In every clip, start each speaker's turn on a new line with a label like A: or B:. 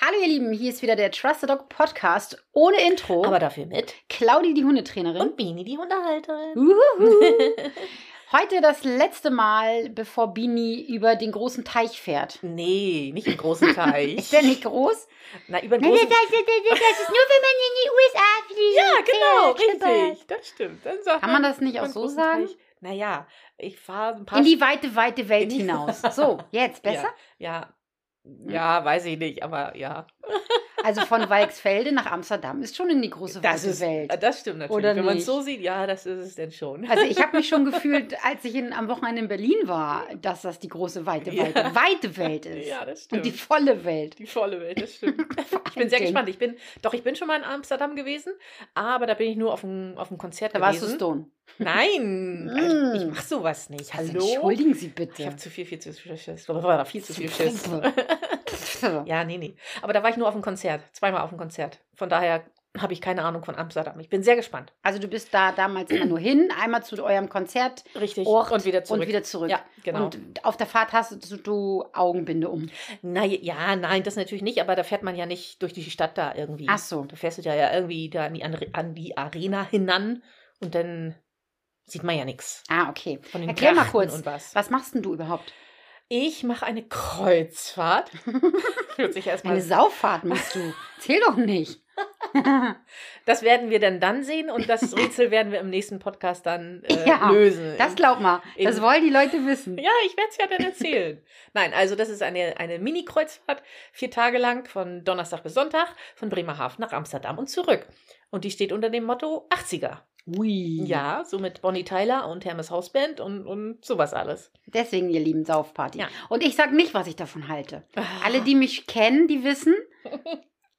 A: Hallo ihr Lieben, hier ist wieder der Trust the Dog Podcast ohne Intro.
B: Aber dafür mit.
A: Claudi, die Hundetrainerin.
B: Und Bini, die
A: Hm.
B: Hundehalterin.
A: Uhuhu. Heute das letzte Mal, bevor Bini über den großen Teich fährt.
B: nee, nicht im großen Teich.
A: Ist der nicht groß?
B: Na, über den großen
A: ist nur,
B: Ja,
A: wenn man in die USA fliegt.
B: genau, richtig. Das stimmt. Dann sagt
A: Kann man das nicht auch
B: über den
A: so
B: großen
A: sagen?
B: Teich. Naja, ich fahre ein paar.
A: In die weite, weite
B: In
A: Welt
B: die-
A: hinaus. So, jetzt besser?
B: ja.
A: Hm.
B: Ja, weiß ich nicht, aber ja.
A: Also von Walksfelde nach Amsterdam ist schon in die große, weite Welt.
B: Das äh, stimmt natürlich.
A: Oder
B: Wenn man
A: nicht?
B: es so sieht, ja, das ist es denn schon.
A: Also ich habe mich schon gefühlt, als ich in, am Wochenende in Berlin war, dass das die große, weite,
B: Ja.
A: weite, weite Welt ist.
B: Ja, das stimmt.
A: Und die volle Welt.
B: Die volle Welt, das stimmt. Ich bin sehr
A: Ding.
B: gespannt. Ich bin, doch, ich bin schon mal in Amsterdam gewesen, aber da bin ich nur auf dem, auf dem Konzert
A: Da warst
B: gewesen.
A: du Stone.
B: Nein, also
A: Mm.
B: ich, ich mach sowas nicht.
A: Also
B: Hallo?
A: entschuldigen Sie
B: Ich habe
A: bitte.
B: zu viel, viel zu viel Schiss. Da war viel zu viel Schiss. Ja, nee, nee. Aber da war ich nur auf dem Konzert. Zweimal auf dem Konzert. Von daher habe ich keine Ahnung von Amsterdam. Ich bin sehr gespannt.
A: Also du bist da damals immer nur hin, einmal zu eurem Konzert
B: Richtig.
A: Ort
B: und wieder zurück.
A: und wieder zurück.
B: Ja, genau. Mhm.
A: Und auf der Fahrt hast du, du Augenbinde um.
B: Nein, ja, nein, das natürlich nicht, aber da fährt man ja nicht durch die Stadt da irgendwie.
A: Ach so.
B: Da fährst du da ja irgendwie da an die, andere, an die Arena hinan und dann sieht man ja nichts.
A: Ah, okay.
B: Von den
A: Erklär mal
B: Trachten
A: kurz.
B: Und was.
A: Was machst denn du überhaupt?
B: Ich mache eine Kreuzfahrt. Hört sich erstmal
A: Eine Sauffahrt machst du. Zähl doch nicht.
B: Das werden wir dann dann sehen und das Rätsel werden wir im nächsten Podcast dann äh,
A: Ja,
B: lösen.
A: Das glaub mal.
B: In-
A: Das wollen die Leute wissen.
B: ja, ich werde es ja dann erzählen. Nein, also das ist eine, eine Mini-Kreuzfahrt, vier Tage lang, von Donnerstag bis Sonntag, von Bremerhaven nach Amsterdam und zurück. Und die steht unter dem Motto 80er.
A: Ui.
B: Ja, so mit Bonnie Tyler und Hermes Hausband und, und sowas alles.
A: Deswegen, ihr lieben Saufparty.
B: Ja.
A: Und ich sag nicht, was ich davon halte.
B: Ah.
A: Alle, die mich kennen, die wissen,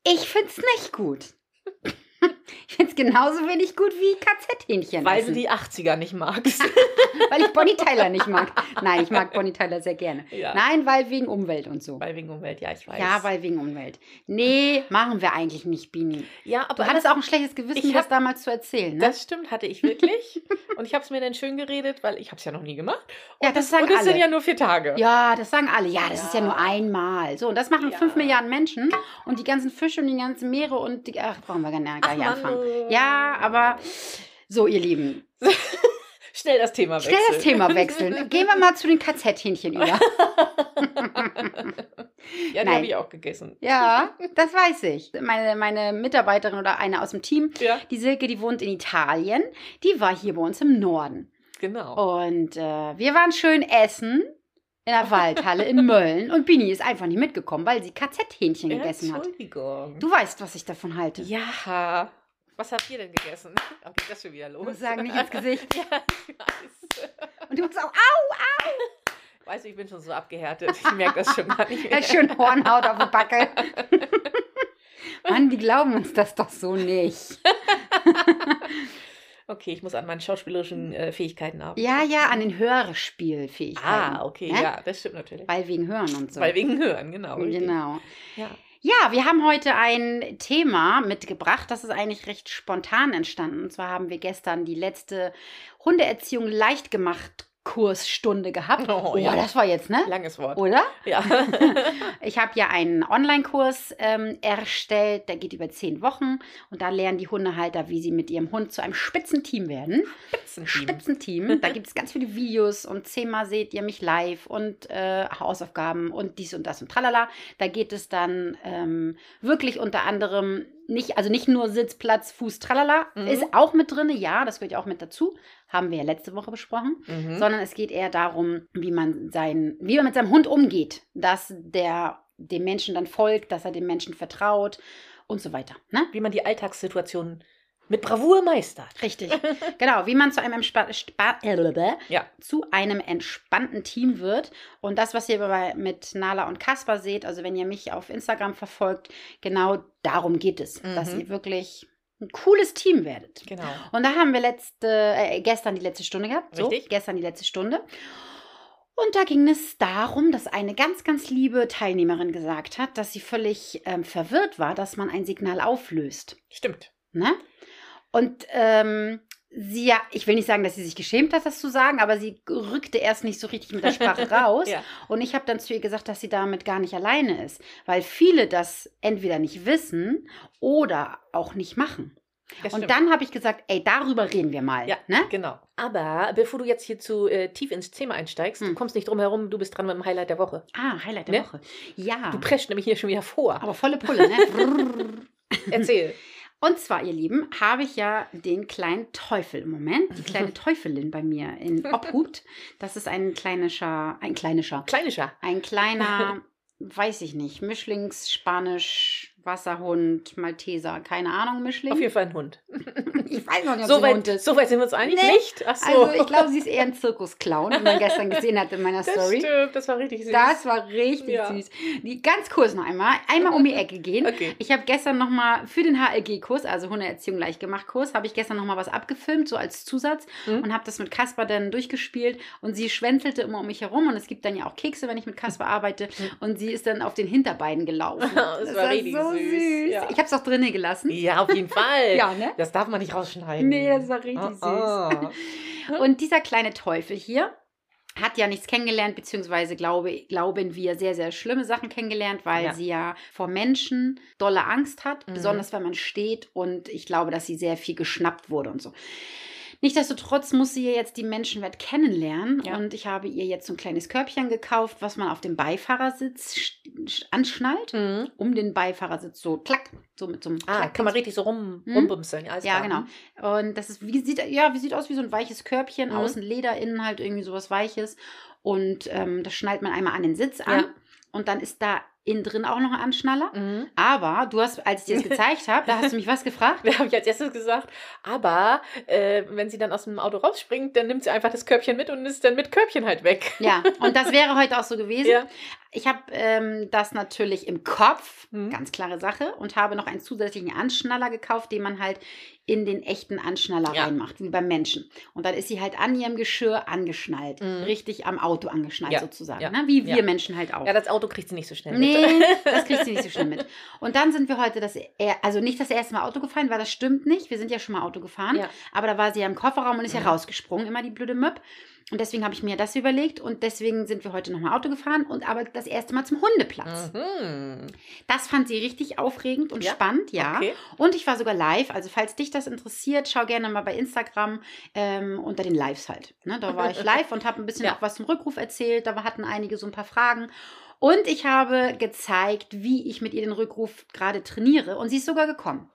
A: ich find's nicht gut. Ich find's genauso wenig gut wie KZ-Hähnchen.
B: Weil du
A: essen,
B: die 80er nicht magst.
A: weil ich Bonnie Tyler nicht mag. Nein, ich mag Bonnie Tyler sehr gerne.
B: ja.
A: Nein, weil wegen Umwelt und so.
B: Weil wegen Umwelt, ja, ich weiß.
A: Ja, weil wegen Umwelt. Nee, machen wir eigentlich nicht, Bini.
B: ja, aber
A: Du hattest auch ein schlechtes Gewissen,
B: Ich
A: mir das
B: hab-
A: damals zu erzählen, ne?
B: Das stimmt, hatte ich wirklich. und ich habe es mir dann schön geredet, weil ich habe es ja noch nie gemacht. Und
A: Ja, das sagen
B: und es sind
A: alle.
B: ja nur vier Tage.
A: Ja, das sagen alle. Ja, das ist ja
B: Ja.
A: nur einmal. So, und das machen
B: Ja.
A: fünf Milliarden Menschen. Und die ganzen Fische und die ganzen Meere und die. Ach, brauchen wir gar nicht, gar nicht anfangen. Ja, aber. So, ihr Lieben,
B: Schnell das Thema wechseln.
A: schnell das Thema wechseln. Gehen wir mal zu den KZ-Hähnchen über.
B: Ja, die
A: Nein.
B: habe ich auch gegessen.
A: Ja, das weiß ich. Meine, meine Mitarbeiterin oder eine aus dem Team,
B: Ja,
A: die Silke, die wohnt in Italien, die war hier bei uns im Norden.
B: genau.
A: Und äh, wir waren schön essen in der Waldhalle in Mölln und Bini ist einfach nicht mitgekommen, weil sie KZ-Hähnchen gegessen hat.
B: Entschuldigung.
A: Du weißt, was ich davon halte.
B: Ja. Was habt ihr denn gegessen? Auch geht das schon wieder
A: Ich
B: los.
A: muss sagen, nicht ins Gesicht.
B: ja, ich weiß.
A: Und du musst auch
B: Weißt du, ich bin schon so abgehärtet. Ich merke das schon gar nicht mehr.
A: ah, schön Hornhaut auf der Backe. Mann, die glauben uns das doch so nicht.
B: Okay, ich muss an meinen schauspielerischen äh, Fähigkeiten arbeiten.
A: Ja, ja, an den Hörspielfähigkeiten.
B: Ah, okay,
A: Ne?
B: ja, das stimmt natürlich.
A: Weil wegen Hören und so.
B: Weil wegen Hören, genau. richtig.
A: Genau.
B: Ja.
A: Ja, wir haben heute ein Thema mitgebracht, das ist eigentlich recht spontan entstanden. Und zwar haben wir gestern die letzte Hundeerziehung leicht gemacht Kursstunde gehabt.
B: Oh,
A: Oh,
B: ja.
A: das war jetzt, ne?
B: Langes Wort.
A: Oder?
B: Ja.
A: Ich habe ja einen Online-Kurs ähm, erstellt, der geht über zehn Wochen und da lernen die Hundehalter, wie sie mit ihrem Hund zu einem Spitzenteam werden.
B: Spitzenteam.
A: Spitzenteam, da gibt es ganz viele Videos und zehnmal seht ihr mich live und äh, Hausaufgaben und dies und das und tralala. Da geht es dann ähm, wirklich unter anderem nicht, also nicht nur Sitz, Platz, Fuß, tralala,
B: Mhm.
A: ist auch mit drin, ja, das gehört ja auch mit dazu, haben wir ja letzte Woche besprochen
B: Mhm.
A: sondern es geht eher darum, wie man sein, wie man mit seinem Hund umgeht, dass der dem Menschen dann folgt, dass er dem Menschen vertraut und so weiter. Ne?
B: Wie man die Alltagssituationen mit Bravour meistert.
A: Richtig. genau, wie man zu einem, entspa spa äh,
B: Ja.
A: zu einem entspannten Team wird. Und das, was ihr bei, mit Nala und Kasper seht, also wenn ihr mich auf Instagram verfolgt, genau darum geht es,
B: Mhm.
A: dass ihr wirklich ein cooles Team werdet.
B: Genau.
A: Und da haben wir letzte, äh, gestern die letzte Stunde gehabt. So,
B: Richtig.
A: gestern die letzte Stunde. Und da ging es darum, dass eine ganz, ganz liebe Teilnehmerin gesagt hat, dass sie völlig ähm, verwirrt war, dass man ein Signal auflöst.
B: Stimmt.
A: Ne? Und ähm, sie ja, ich will nicht sagen, dass sie sich geschämt hat, das zu sagen, aber sie rückte erst nicht so richtig mit der Sprache raus.
B: Ja.
A: Und ich habe dann zu ihr gesagt, dass sie damit gar nicht alleine ist, weil viele das entweder nicht wissen oder auch nicht machen.
B: Das
A: Und
B: stimmt.
A: dann habe ich gesagt, ey, darüber reden wir mal.
B: Ja.
A: Ne?
B: Genau. Aber bevor du jetzt hier zu äh, tief ins Thema einsteigst, du
A: Hm.
B: kommst nicht drum herum, du bist dran mit dem Highlight der Woche.
A: Ah, Highlight der
B: Ne?
A: Woche. Ja.
B: Du preschst nämlich hier schon wieder vor.
A: aber volle Pulle, ne? Brrrr.
B: Erzähl.
A: Und zwar, ihr Lieben, habe ich ja den kleinen Teufel im Moment, die kleine Teufelin bei mir in Obhut. Das ist ein kleinischer, ein kleinischer,
B: Kleinischer.
A: ein kleiner, weiß ich nicht, Mischlings, Spanisch, Wasserhund, Malteser, keine Ahnung,
B: Auf
A: Mischling.
B: jeden Fall ein Hund.
A: Ich weiß noch nicht, ob
B: So
A: sie ein Hund
B: weit,
A: ist.
B: so weit sind wir uns einig,
A: Nee.
B: nicht? Ach so.
A: Also ich glaube, sie ist eher ein Zirkusclown, wie man gestern gesehen hat in meiner
B: das
A: Story.
B: stimmt, das war richtig süß.
A: Das war richtig
B: Ja.
A: süß. Die, ganz kurz noch einmal, einmal um die Ecke gehen.
B: okay.
A: Ich habe gestern nochmal für den HLG-Kurs, also Hundeerziehung leicht gemacht Kurs, habe ich gestern nochmal was abgefilmt, so als Zusatz
B: Mhm.
A: und habe das mit Kasper dann durchgespielt und sie schwänzelte immer um mich herum und es gibt dann ja auch Kekse, wenn ich mit Kasper arbeite
B: Mhm.
A: und sie ist dann auf den Hinterbeinen gelaufen.
B: Das war richtig süß, ja.
A: Ich habe es auch drinnen gelassen.
B: Ja, auf jeden Fall.
A: Ja, ne?
B: Das darf man nicht rausschneiden.
A: Nee, das war richtig
B: Ah,
A: süß.
B: Hm?
A: Und dieser kleine Teufel hier hat ja nichts kennengelernt, beziehungsweise glaube, glauben wir sehr, sehr schlimme Sachen kennengelernt, weil
B: Ja.
A: sie ja vor Menschen dolle Angst hat,
B: Mhm.
A: besonders wenn man steht und ich glaube, dass sie sehr viel geschnappt wurde und so. Nichtsdestotrotz muss sie ja jetzt die Menschenwelt kennenlernen
B: Ja.
A: und ich habe ihr jetzt so ein kleines Körbchen gekauft, was man auf dem Beifahrersitz sch- sch- anschnallt,
B: Mhm.
A: um den Beifahrersitz so klack, so mit so einem
B: Ah,
A: Klack-
B: kann man richtig so rum,
A: Hm?
B: rumbumseln. alles
A: ja,
B: klar.
A: genau. Und das ist, wie sieht, ja, wie sieht aus wie so ein weiches Körbchen,
B: Mhm.
A: außen Leder, innen halt irgendwie sowas Weiches. Und ähm, das schnallt man einmal an den Sitz an.
B: Ja.
A: Und dann ist da innen drin auch noch ein Anschnaller.
B: Mhm.
A: Aber du hast, als ich dir das gezeigt habe, da hast du mich was gefragt.
B: Da habe ich als erstes gesagt, aber äh, wenn sie dann aus dem Auto rausspringt, dann nimmt sie einfach das Körbchen mit und ist dann mit Körbchen halt weg.
A: Ja, und das wäre heute auch so gewesen.
B: Ja.
A: Ich habe ähm, das natürlich im Kopf,
B: Mhm.
A: ganz klare Sache, und habe noch einen zusätzlichen Anschnaller gekauft, den man halt in den echten Anschnaller
B: Ja.
A: reinmacht, wie beim Menschen. Und dann ist sie halt an ihrem Geschirr angeschnallt,
B: Mhm.
A: richtig am Auto angeschnallt
B: Ja.
A: sozusagen,
B: Ja.
A: ne? wie wir
B: Ja.
A: Menschen halt auch.
B: Ja, das Auto kriegt sie nicht so schnell mit.
A: Nee, das kriegst du nicht so schnell mit. Und dann sind wir heute das, er- also nicht das erste Mal Auto gefahren, weil das stimmt nicht. Wir sind ja schon mal Auto gefahren,
B: Ja.
A: aber da war sie ja im Kofferraum und ist ja
B: Mhm.
A: rausgesprungen, immer die blöde Möb. Und deswegen habe ich mir das überlegt und deswegen sind wir heute nochmal Auto gefahren und aber das erste Mal zum Hundeplatz.
B: Mhm.
A: Das fand sie richtig aufregend und
B: Ja?
A: spannend, ja.
B: Okay.
A: Und ich war sogar live, also falls dich das interessiert, schau gerne mal bei Instagram ähm, unter den Lives halt. Ne? Da war ich live und habe ein bisschen
B: Ja.
A: auch was zum Rückruf erzählt, da hatten einige so ein paar Fragen. Und ich habe gezeigt, wie ich mit ihr den Rückruf gerade trainiere und sie ist sogar gekommen.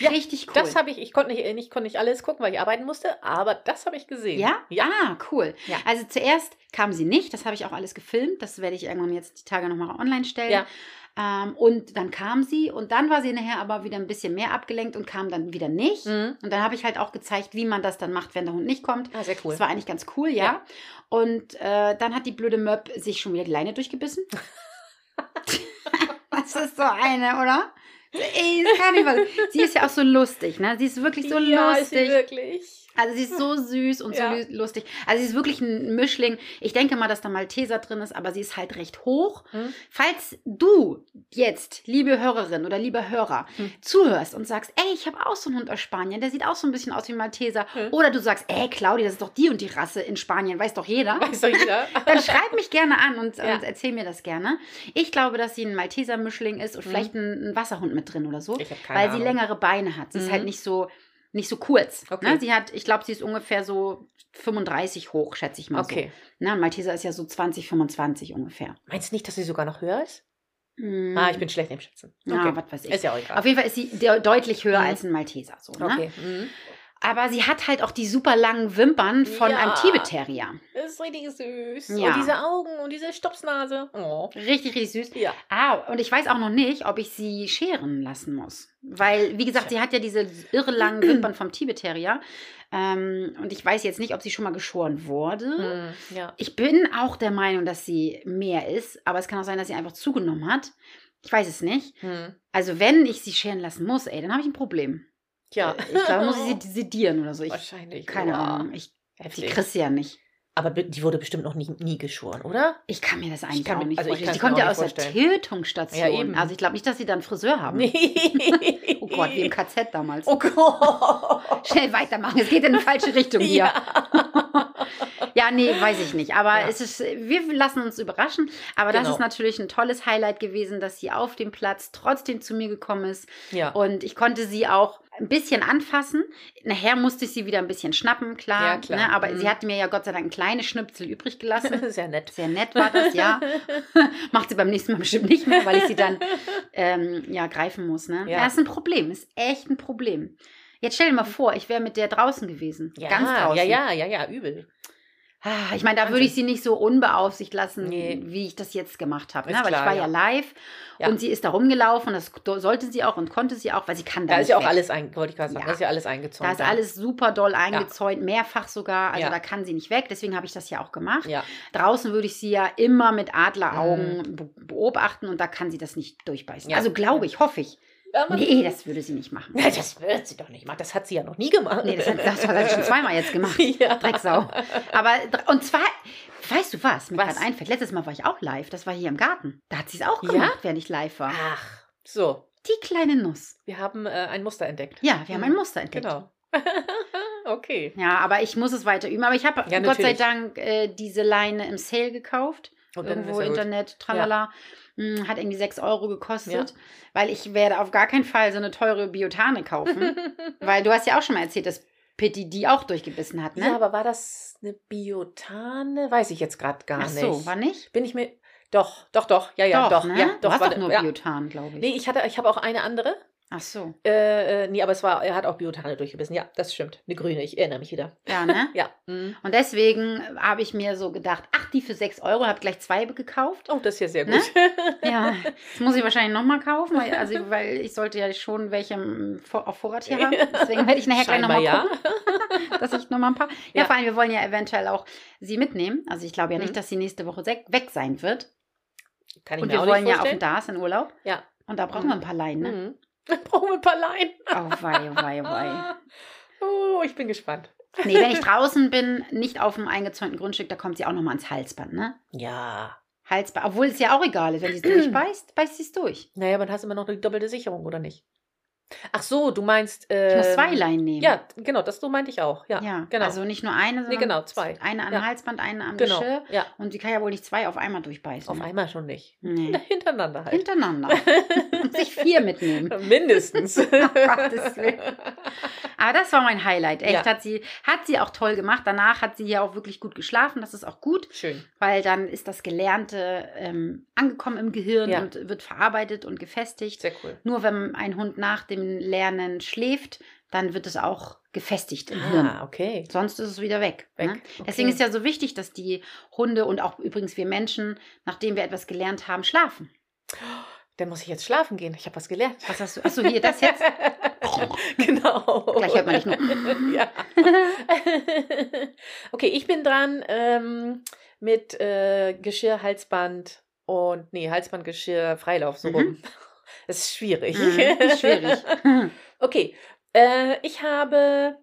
B: Ja,
A: Richtig cool.
B: Das habe ich, ich konnte nicht, ich konnte nicht alles gucken, weil ich arbeiten musste, aber das habe ich gesehen.
A: ja?
B: Ja.
A: Ah, cool.
B: Ja.
A: Also zuerst kam sie nicht, das habe ich auch alles gefilmt, das werde ich irgendwann jetzt die Tage nochmal online stellen.
B: Ja.
A: Ähm, und dann kam sie und dann war sie nachher aber wieder ein bisschen mehr abgelenkt und kam dann wieder nicht.
B: Mhm.
A: Und dann habe ich halt auch gezeigt, wie man das dann macht, wenn der Hund nicht kommt.
B: Ah, sehr cool.
A: Das war eigentlich ganz cool, ja.
B: Ja.
A: Und äh, dann hat die blöde Möb sich schon wieder die Leine durchgebissen. das ist so eine, oder? Ey, das kann nicht wahr sein. Sie ist ja auch so lustig, ne? Sie ist wirklich so
B: ja, Ist sie
A: lustig.
B: wirklich.
A: also sie ist so süß und so
B: Ja.
A: lü- lustig. Also sie ist wirklich ein Mischling. Ich denke mal, dass da Malteser drin ist, aber sie ist halt recht hoch.
B: Mhm.
A: Falls du jetzt, liebe Hörerin oder lieber Hörer,
B: Hm.
A: zuhörst und sagst, ey, ich habe auch so einen Hund aus Spanien, der sieht auch so ein bisschen aus wie ein Malteser.
B: Hm.
A: Oder du sagst, ey, Claudia, das ist doch die und die Rasse in Spanien, weiß doch jeder.
B: Weiß doch jeder.
A: Dann schreib mich gerne an und,
B: Ja.
A: und erzähl mir das gerne. Ich glaube, dass sie ein Malteser-Mischling ist und
B: Mhm.
A: vielleicht ein, ein Wasserhund mit drin oder so,
B: ich habe keine
A: weil
B: Ahnung.
A: sie längere Beine hat. Sie ist
B: Mhm.
A: halt nicht so, nicht so kurz.
B: Okay.
A: Ne? Sie hat, ich glaube, sie ist ungefähr so 35 hoch, schätze ich mal.
B: Okay.
A: So. Ne? Ein Malteser ist ja so 20, 25 ungefähr.
B: Meinst du nicht, dass sie sogar noch höher ist?
A: Mhm.
B: Ah, ich bin schlecht im Schätzen.
A: Ja, was weiß ich.
B: Ist ja auch egal.
A: Auf jeden Fall ist sie de deutlich höher
B: Mhm.
A: als ein Malteser. So, ne?
B: Okay. Mhm.
A: Aber sie hat halt auch die super langen Wimpern von
B: Ja.
A: einem Tibet-Terrier.
B: Das ist richtig süß.
A: Ja.
B: Und diese Augen und diese Stopsnase. Oh.
A: Richtig, richtig süß.
B: Ja.
A: Ah, und ich weiß auch noch nicht, ob ich sie scheren lassen muss. Weil, wie gesagt, sie hat ja diese irre langen Wimpern vom Tibet-Terrier. Ähm, und ich weiß jetzt nicht, ob sie schon mal geschoren wurde.
B: Mhm. Ja.
A: Ich bin auch der Meinung, dass sie mehr ist. Aber es kann auch sein, dass sie einfach zugenommen hat. Ich weiß es nicht.
B: Mhm.
A: Also, wenn ich sie scheren lassen muss, ey, dann habe ich ein Problem.
B: Tja.
A: Äh, Ich glaube, muss ich sie sedieren oder so. Ich,
B: Oh, Wahrscheinlich.
A: keine
B: Boah.
A: Ahnung. Ich, die
B: Heftig.
A: kriegst du ja nicht.
B: Aber be- die wurde bestimmt noch nie, nie geschoren, oder?
A: Ich kann mir das eigentlich
B: kann
A: auch
B: mir-
A: nicht
B: also ich
A: vorstellen.
B: kann's
A: Die
B: mir
A: kommt
B: auch
A: ja aus
B: nicht
A: der
B: vorstellen.
A: Tötungsstation.
B: Ja, eben.
A: Also ich glaube nicht, dass sie dann Friseur haben.
B: Nee.
A: Oh Gott, wie im KZ damals.
B: Oh Gott.
A: Schnell weitermachen, es geht in eine falsche Richtung hier. Ja, nee, weiß ich nicht. Aber
B: Ja.
A: es ist, wir lassen uns überraschen. Aber das
B: Genau.
A: ist natürlich ein tolles Highlight gewesen, dass sie auf dem Platz trotzdem zu mir gekommen ist.
B: Ja.
A: Und ich konnte sie auch ein bisschen anfassen. Nachher musste ich sie wieder ein bisschen schnappen, klar.
B: Ja, klar.
A: Ne? Aber
B: Mhm.
A: sie hat mir ja Gott sei Dank kleine Schnipsel übrig
B: Das
A: gelassen.
B: ist ja nett.
A: Sehr nett war das, ja. Macht sie beim nächsten Mal bestimmt nicht mehr, weil ich sie dann ähm, ja, greifen muss. Ne?
B: Ja.
A: Ja. Das ist ein Problem, ist echt ein Problem. Jetzt stell dir mal vor, ich wäre mit der draußen gewesen.
B: Ja,
A: ganz draußen.
B: ja, ja, ja, ja, übel.
A: Ah, Ich meine, da würde ich sie nicht so unbeaufsichtigt lassen,
B: Nee.
A: wie ich das jetzt gemacht habe.
B: Ist
A: Ne? Weil
B: klar,
A: ich war
B: ja.
A: ja, live
B: Ja.
A: und sie ist da rumgelaufen. Das sollte sie auch und konnte sie auch, weil sie kann da
B: Da ist
A: nicht
B: ja auch
A: weg.
B: alles, ein, wollte ich gerade sagen,
A: Ja.
B: da ist ja alles eingezogen.
A: Da ist alles super doll eingezäunt, mehrfach sogar. Also
B: Ja.
A: da kann sie nicht weg. Deswegen habe ich das ja auch gemacht.
B: Ja,
A: Draußen würde ich sie ja immer mit Adleraugen be- beobachten und da kann sie das nicht durchbeißen.
B: Mhm. Ja.
A: Also glaube ich, hoffe ich. Nee, das würde sie nicht machen.
B: Na, das wird sie doch nicht machen. Das hat sie ja noch nie gemacht.
A: Nee, das hat, das hat sie schon zweimal jetzt gemacht.
B: Ja.
A: Drecksau. Aber, dr- und zwar, weißt du was, mir
B: Was?
A: gerade einfällt, letztes Mal war ich auch live, das war hier im Garten. Da hat sie es auch
B: Ja?
A: gemacht, während ich live war.
B: Ach, so.
A: Die kleine Nuss.
B: Wir haben äh, ein Muster entdeckt.
A: Ja, wir haben ein Muster entdeckt.
B: Genau. okay.
A: Ja, aber ich muss es weiter üben. Aber ich habe
B: Ja,
A: Gott sei
B: natürlich.
A: Dank äh, diese Leine im Sale gekauft.
B: Und dann
A: irgendwo
B: ist ja gut.
A: Internet, tralala. Hm, Hat irgendwie 6 Euro gekostet,
B: Ja.
A: weil ich werde auf gar keinen Fall so eine teure Biotane kaufen. weil du hast ja auch schon mal erzählt, dass Pitti die auch durchgebissen hat, ne?
B: Ja, aber war das eine Biotane? Weiß ich jetzt gerade gar
A: Ach so,
B: nicht.
A: war nicht?
B: Bin ich mir. Doch, doch, doch. Ja, ja, doch.
A: ne?
B: ja,
A: du
B: doch
A: hast
B: war
A: doch
B: ne-
A: nur
B: ja.
A: Biotan, glaube ich.
B: Nee, ich hatte, ich habe auch eine andere.
A: Ach so,
B: Äh, äh, nee, aber es war, er hat auch Biotane durchgebissen. Ja, das stimmt. Eine grüne, ich erinnere mich wieder.
A: ja, ne?
B: Ja.
A: Und deswegen habe ich mir so gedacht, ach, die für 6 Euro, habe gleich zwei gekauft.
B: Oh, das ist ja sehr gut.
A: Ne? Ja, das muss ich wahrscheinlich nochmal kaufen, weil, also, weil ich sollte ja schon welche im Vor auf Vorrat hier haben. Deswegen werde ich nachher gleich
B: Scheinbar
A: nochmal
B: ja.
A: gucken. dass ich noch mal ein paar. Ja,
B: Ja.
A: vor allem, wir wollen ja eventuell auch sie mitnehmen. Also ich glaube ja nicht,
B: Mhm.
A: dass sie nächste Woche se- weg sein wird.
B: Kann ich
A: Und
B: mir
A: wir
B: auch
A: wollen
B: nicht
A: ja auf den
B: vorstellen.
A: Dars in Urlaub.
B: Ja.
A: Und da brauchen
B: Mhm.
A: wir ein paar Leinen. Ne?
B: Mhm. Brauchen wir ein paar Leinen.
A: Oh wei, oh wei, oh wei.
B: Ah. Oh, ich bin gespannt.
A: Nee, wenn ich draußen bin, nicht auf dem eingezäunten Grundstück, da kommt sie auch noch mal ans Halsband, ne?
B: Ja.
A: Halsband, obwohl es ja auch egal ist, wenn sie es durchbeißt, beißt sie es durch.
B: Naja, man hast immer noch eine doppelte Sicherung, oder nicht? Ach so, du meinst.
A: Ich
B: Äh,
A: muss zwei Leinen nehmen.
B: Ja, genau, das so meinte ich auch. Ja,
A: ja.
B: genau.
A: Also nicht nur eine, sondern
B: genau, zwei.
A: eine am
B: Ja.
A: Halsband, eine am
B: genau.
A: Geschirr.
B: Ja,
A: Und sie kann ja wohl nicht zwei auf einmal durchbeißen. ne?
B: auf einmal schon nicht.
A: Nee.
B: Hintereinander halt.
A: Hintereinander. Und sich vier mitnehmen.
B: Mindestens.
A: Gottes Willen. Aber Ah, das war mein Highlight. Echt,
B: Ja.
A: hat, sie, hat sie auch toll gemacht. Danach hat sie ja auch wirklich gut geschlafen. Das ist auch gut,
B: Schön.
A: weil dann ist das Gelernte ähm, angekommen im Gehirn
B: Ja.
A: und wird verarbeitet und gefestigt.
B: Sehr cool.
A: Nur wenn ein Hund nach dem Lernen schläft, dann wird es auch gefestigt im Hirn.
B: Ah, okay.
A: Sonst ist es wieder weg.
B: Weg.
A: Ne? Deswegen ist ja so wichtig, dass die Hunde und auch übrigens wir Menschen, nachdem wir etwas gelernt haben, schlafen.
B: Dann muss ich jetzt schlafen gehen. Ich habe was gelernt.
A: Was hast du? Achso, hier, das jetzt. Hm,
B: genau.
A: Gleich hört man nicht nur.
B: ja. okay, ich bin dran ähm, mit äh, Geschirr, Halsband und nee, Halsband, Geschirr, Freilauf so
A: Mhm.
B: rum. Das ist schwierig.
A: Mhm, ist schwierig.
B: Okay, äh, ich habe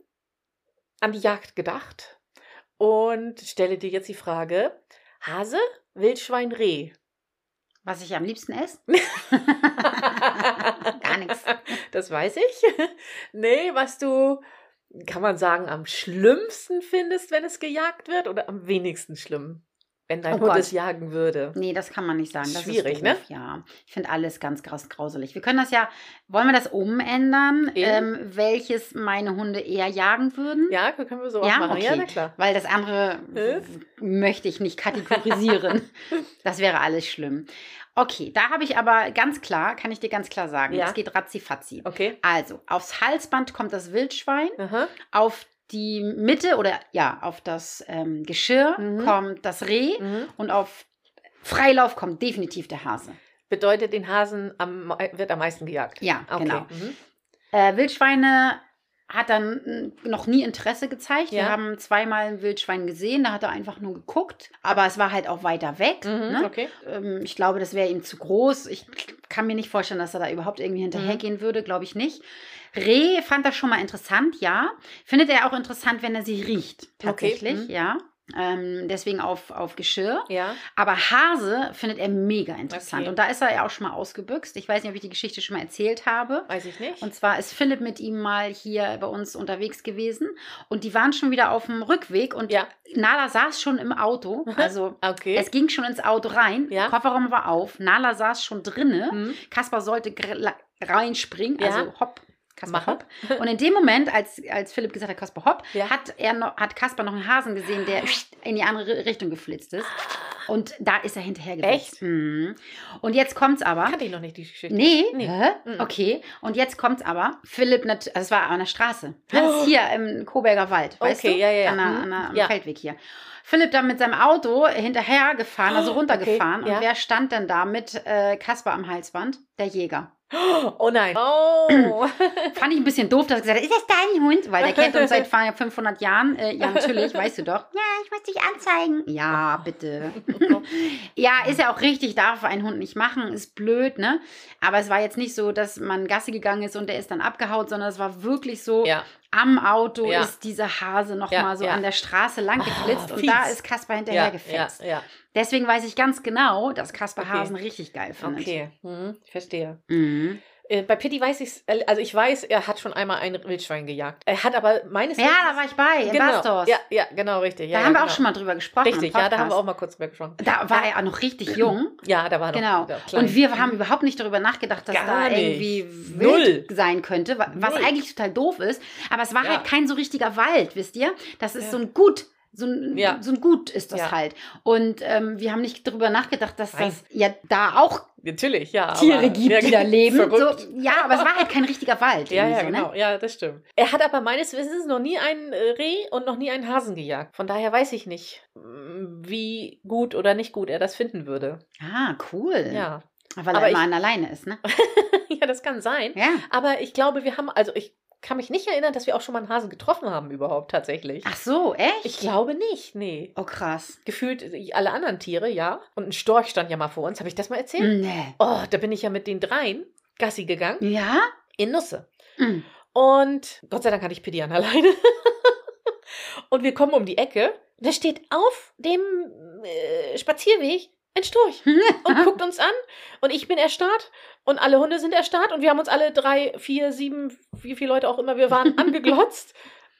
B: an die Jagd gedacht und stelle dir jetzt die Frage: Hase, Wildschwein, Reh.
A: Was ich am liebsten esse?
B: Gar
A: nichts.
B: Das weiß ich. Nee, was du, kann man sagen, am schlimmsten findest, wenn es gejagt wird oder am wenigsten schlimm, wenn dein
A: Oh
B: Hund
A: Gott. Mhm.
B: es jagen würde.
A: Nee, das kann man nicht sagen. Das
B: Schwierig, ne?
A: ist doof, Ja, ich finde alles ganz graus- grauselig. Wir können das ja, wollen wir das umändern,
B: Eben.
A: ähm, welches meine Hunde eher jagen würden?
B: Ja, können wir so
A: Ja,
B: auch machen. Ja,
A: okay.
B: na klar.
A: Weil das andere
B: Äh?
A: w- möchte ich nicht kategorisieren. das wäre alles schlimm. Okay, da habe ich aber ganz klar, kann ich dir ganz klar sagen,
B: Ja.
A: das geht ratzifatzi.
B: Okay.
A: Also, aufs Halsband kommt das Wildschwein.
B: Aha.
A: auf die Mitte oder ja, auf das ähm, Geschirr
B: Mhm.
A: kommt das Reh
B: Mhm.
A: und auf Freilauf kommt definitiv der Hase.
B: Bedeutet, den Hasen am, wird am meisten gejagt.
A: Ja,
B: Okay.
A: genau.
B: Mhm.
A: Äh, Wildschweine hat dann mh, noch nie Interesse gezeigt.
B: Ja.
A: Wir haben zweimal ein Wildschwein gesehen, da hat er einfach nur geguckt, aber es war halt auch weiter weg.
B: Mhm.
A: Ne?
B: Okay.
A: Ähm, ich glaube, das wäre ihm zu groß. Ich kann mir nicht vorstellen, dass er da überhaupt irgendwie
B: Mhm.
A: hinterhergehen würde, glaube ich nicht. Reh fand das schon mal interessant, ja. Findet er auch interessant, wenn er sie riecht, tatsächlich,
B: Mhm.
A: ja. Ähm, deswegen auf, auf Geschirr.
B: Ja.
A: Aber Hase findet er mega interessant.
B: Okay.
A: Und da ist er ja auch schon mal ausgebüxt. Ich weiß nicht, ob ich die Geschichte schon mal erzählt habe.
B: Weiß ich nicht.
A: Und zwar ist Philipp mit ihm mal hier bei uns unterwegs gewesen. Und die waren schon wieder auf dem Rückweg. Und
B: ja.
A: Nala saß schon im Auto. Also
B: Okay.
A: es ging schon ins Auto rein.
B: Ja.
A: Kofferraum war auf. Nala saß schon drinne.
B: Hm.
A: Kaspar sollte gr- la- reinspringen,
B: Ja.
A: also hopp. Kaspar
B: Mache.
A: hopp. Und in dem Moment, als, als Philipp gesagt hat, Kaspar hopp,
B: Ja.
A: hat, er noch, hat Kaspar noch einen Hasen gesehen, der in die andere Richtung geflitzt ist. Und da ist er hinterher
B: Echt?
A: Mhm. Und jetzt kommt's aber.
B: Kannte ich noch nicht die Geschichte.
A: Nee,
B: Nee.
A: Hä?
B: Mhm.
A: okay. Und jetzt kommt's aber. Philipp, nat also es war an der Straße. Das ist hier im Koberger Wald, weißt
B: Okay,
A: du?
B: ja, ja, ja.
A: An der,
B: Mhm.
A: an der, am
B: Ja.
A: Feldweg hier. Philipp dann mit seinem Auto hinterher gefahren, also
B: Oh,
A: runtergefahren.
B: okay, ja.
A: Und wer stand denn da mit äh, Kasper am Halsband? Der Jäger.
B: Oh nein. Oh.
A: Fand ich ein bisschen doof, dass er gesagt hat, ist das dein Hund? Weil der kennt uns seit 500 Jahren. Äh, ja, natürlich, weißt du doch. Ja, ich muss dich anzeigen. Ja, bitte. Ja, ist ja auch richtig, darf ein Hund nicht machen, ist blöd, ne? Aber es war jetzt nicht so, dass man Gassi gegangen ist und der ist dann abgehaut, sondern es war wirklich so,
B: ja.
A: am Auto
B: Ja.
A: ist dieser Hase nochmal
B: Ja,
A: mal so
B: ja. Oh,
A: an der Straße lang geflitzt und
B: fies.
A: da ist Kasper hinterher
B: Ja, ja,
A: gefetzt.
B: ja.
A: Deswegen weiß ich ganz genau, dass Kasper
B: Okay.
A: Hasen richtig geil findet.
B: Okay. Hm, ich verstehe.
A: Mhm.
B: Äh, bei Pitti weiß ich also ich weiß, er hat schon einmal ein Wildschwein gejagt. Er hat aber meines
A: Ja, da war ich bei, in
B: genau,
A: Bastos.
B: Ja, ja, genau, richtig. Ja,
A: da
B: ja,
A: haben wir
B: genau.
A: auch schon mal drüber gesprochen. im
B: Richtig, ja, da haben wir
A: Podcast.
B: auch mal kurz drüber gesprochen.
A: Da war er auch noch richtig jung.
B: Ja, da war noch.
A: Genau.
B: da- klein.
A: Und wir haben überhaupt nicht darüber nachgedacht, dass
B: Gar
A: da
B: nicht.
A: irgendwie
B: Null.
A: wild sein könnte, wa- was
B: Null.
A: eigentlich total doof ist. Aber es war
B: Ja.
A: halt kein so richtiger Wald, wisst ihr? Das ist
B: Ja.
A: so ein Gut. So ein,
B: Ja.
A: so ein Gut ist das
B: Ja.
A: halt. Und ähm, wir haben nicht darüber nachgedacht, dass
B: Nein.
A: das ja da auch
B: Natürlich, ja.
A: Tiere
B: aber-
A: gibt,
B: ja,
A: die da leben.
B: verrückt.
A: So, ja, aber es war halt kein richtiger Wald.
B: Ja,
A: irgendwie
B: ja,
A: so,
B: genau.
A: Ne?
B: Ja, das stimmt. Er hat aber meines Wissens noch nie einen äh, Reh und noch nie einen Hasen gejagt. Von daher weiß ich nicht, mm, wie gut oder nicht gut er das finden würde.
A: Ah, cool.
B: genau. Ja.
A: Weil
B: Aber
A: er immer
B: ich-
A: an alleine ist, ne?
B: ja, das kann sein.
A: Ja.
B: Aber ich glaube, wir haben, also ich kann mich nicht erinnern, dass wir auch schon mal einen Hasen getroffen haben überhaupt tatsächlich.
A: Ach so, echt?
B: Ich glaube nicht, nee.
A: Oh, krass.
B: Gefühlt äh, alle anderen Tiere, ja. Und ein Storch stand ja mal vor uns. Habe ich das mal erzählt?
A: Nee.
B: Oh, da bin ich ja mit den dreien Gassi gegangen
A: Ja?
B: in Nusse.
A: Mhm.
B: Und Gott sei Dank hatte ich Pedian alleine. und wir kommen um die Ecke. Da steht auf dem äh, Spazierweg ein Storch und guckt uns an. Und ich bin erstarrt und alle Hunde sind erstarrt. Und wir haben uns alle drei, vier, sieben, wie viele Leute auch immer wir waren, angeglotzt.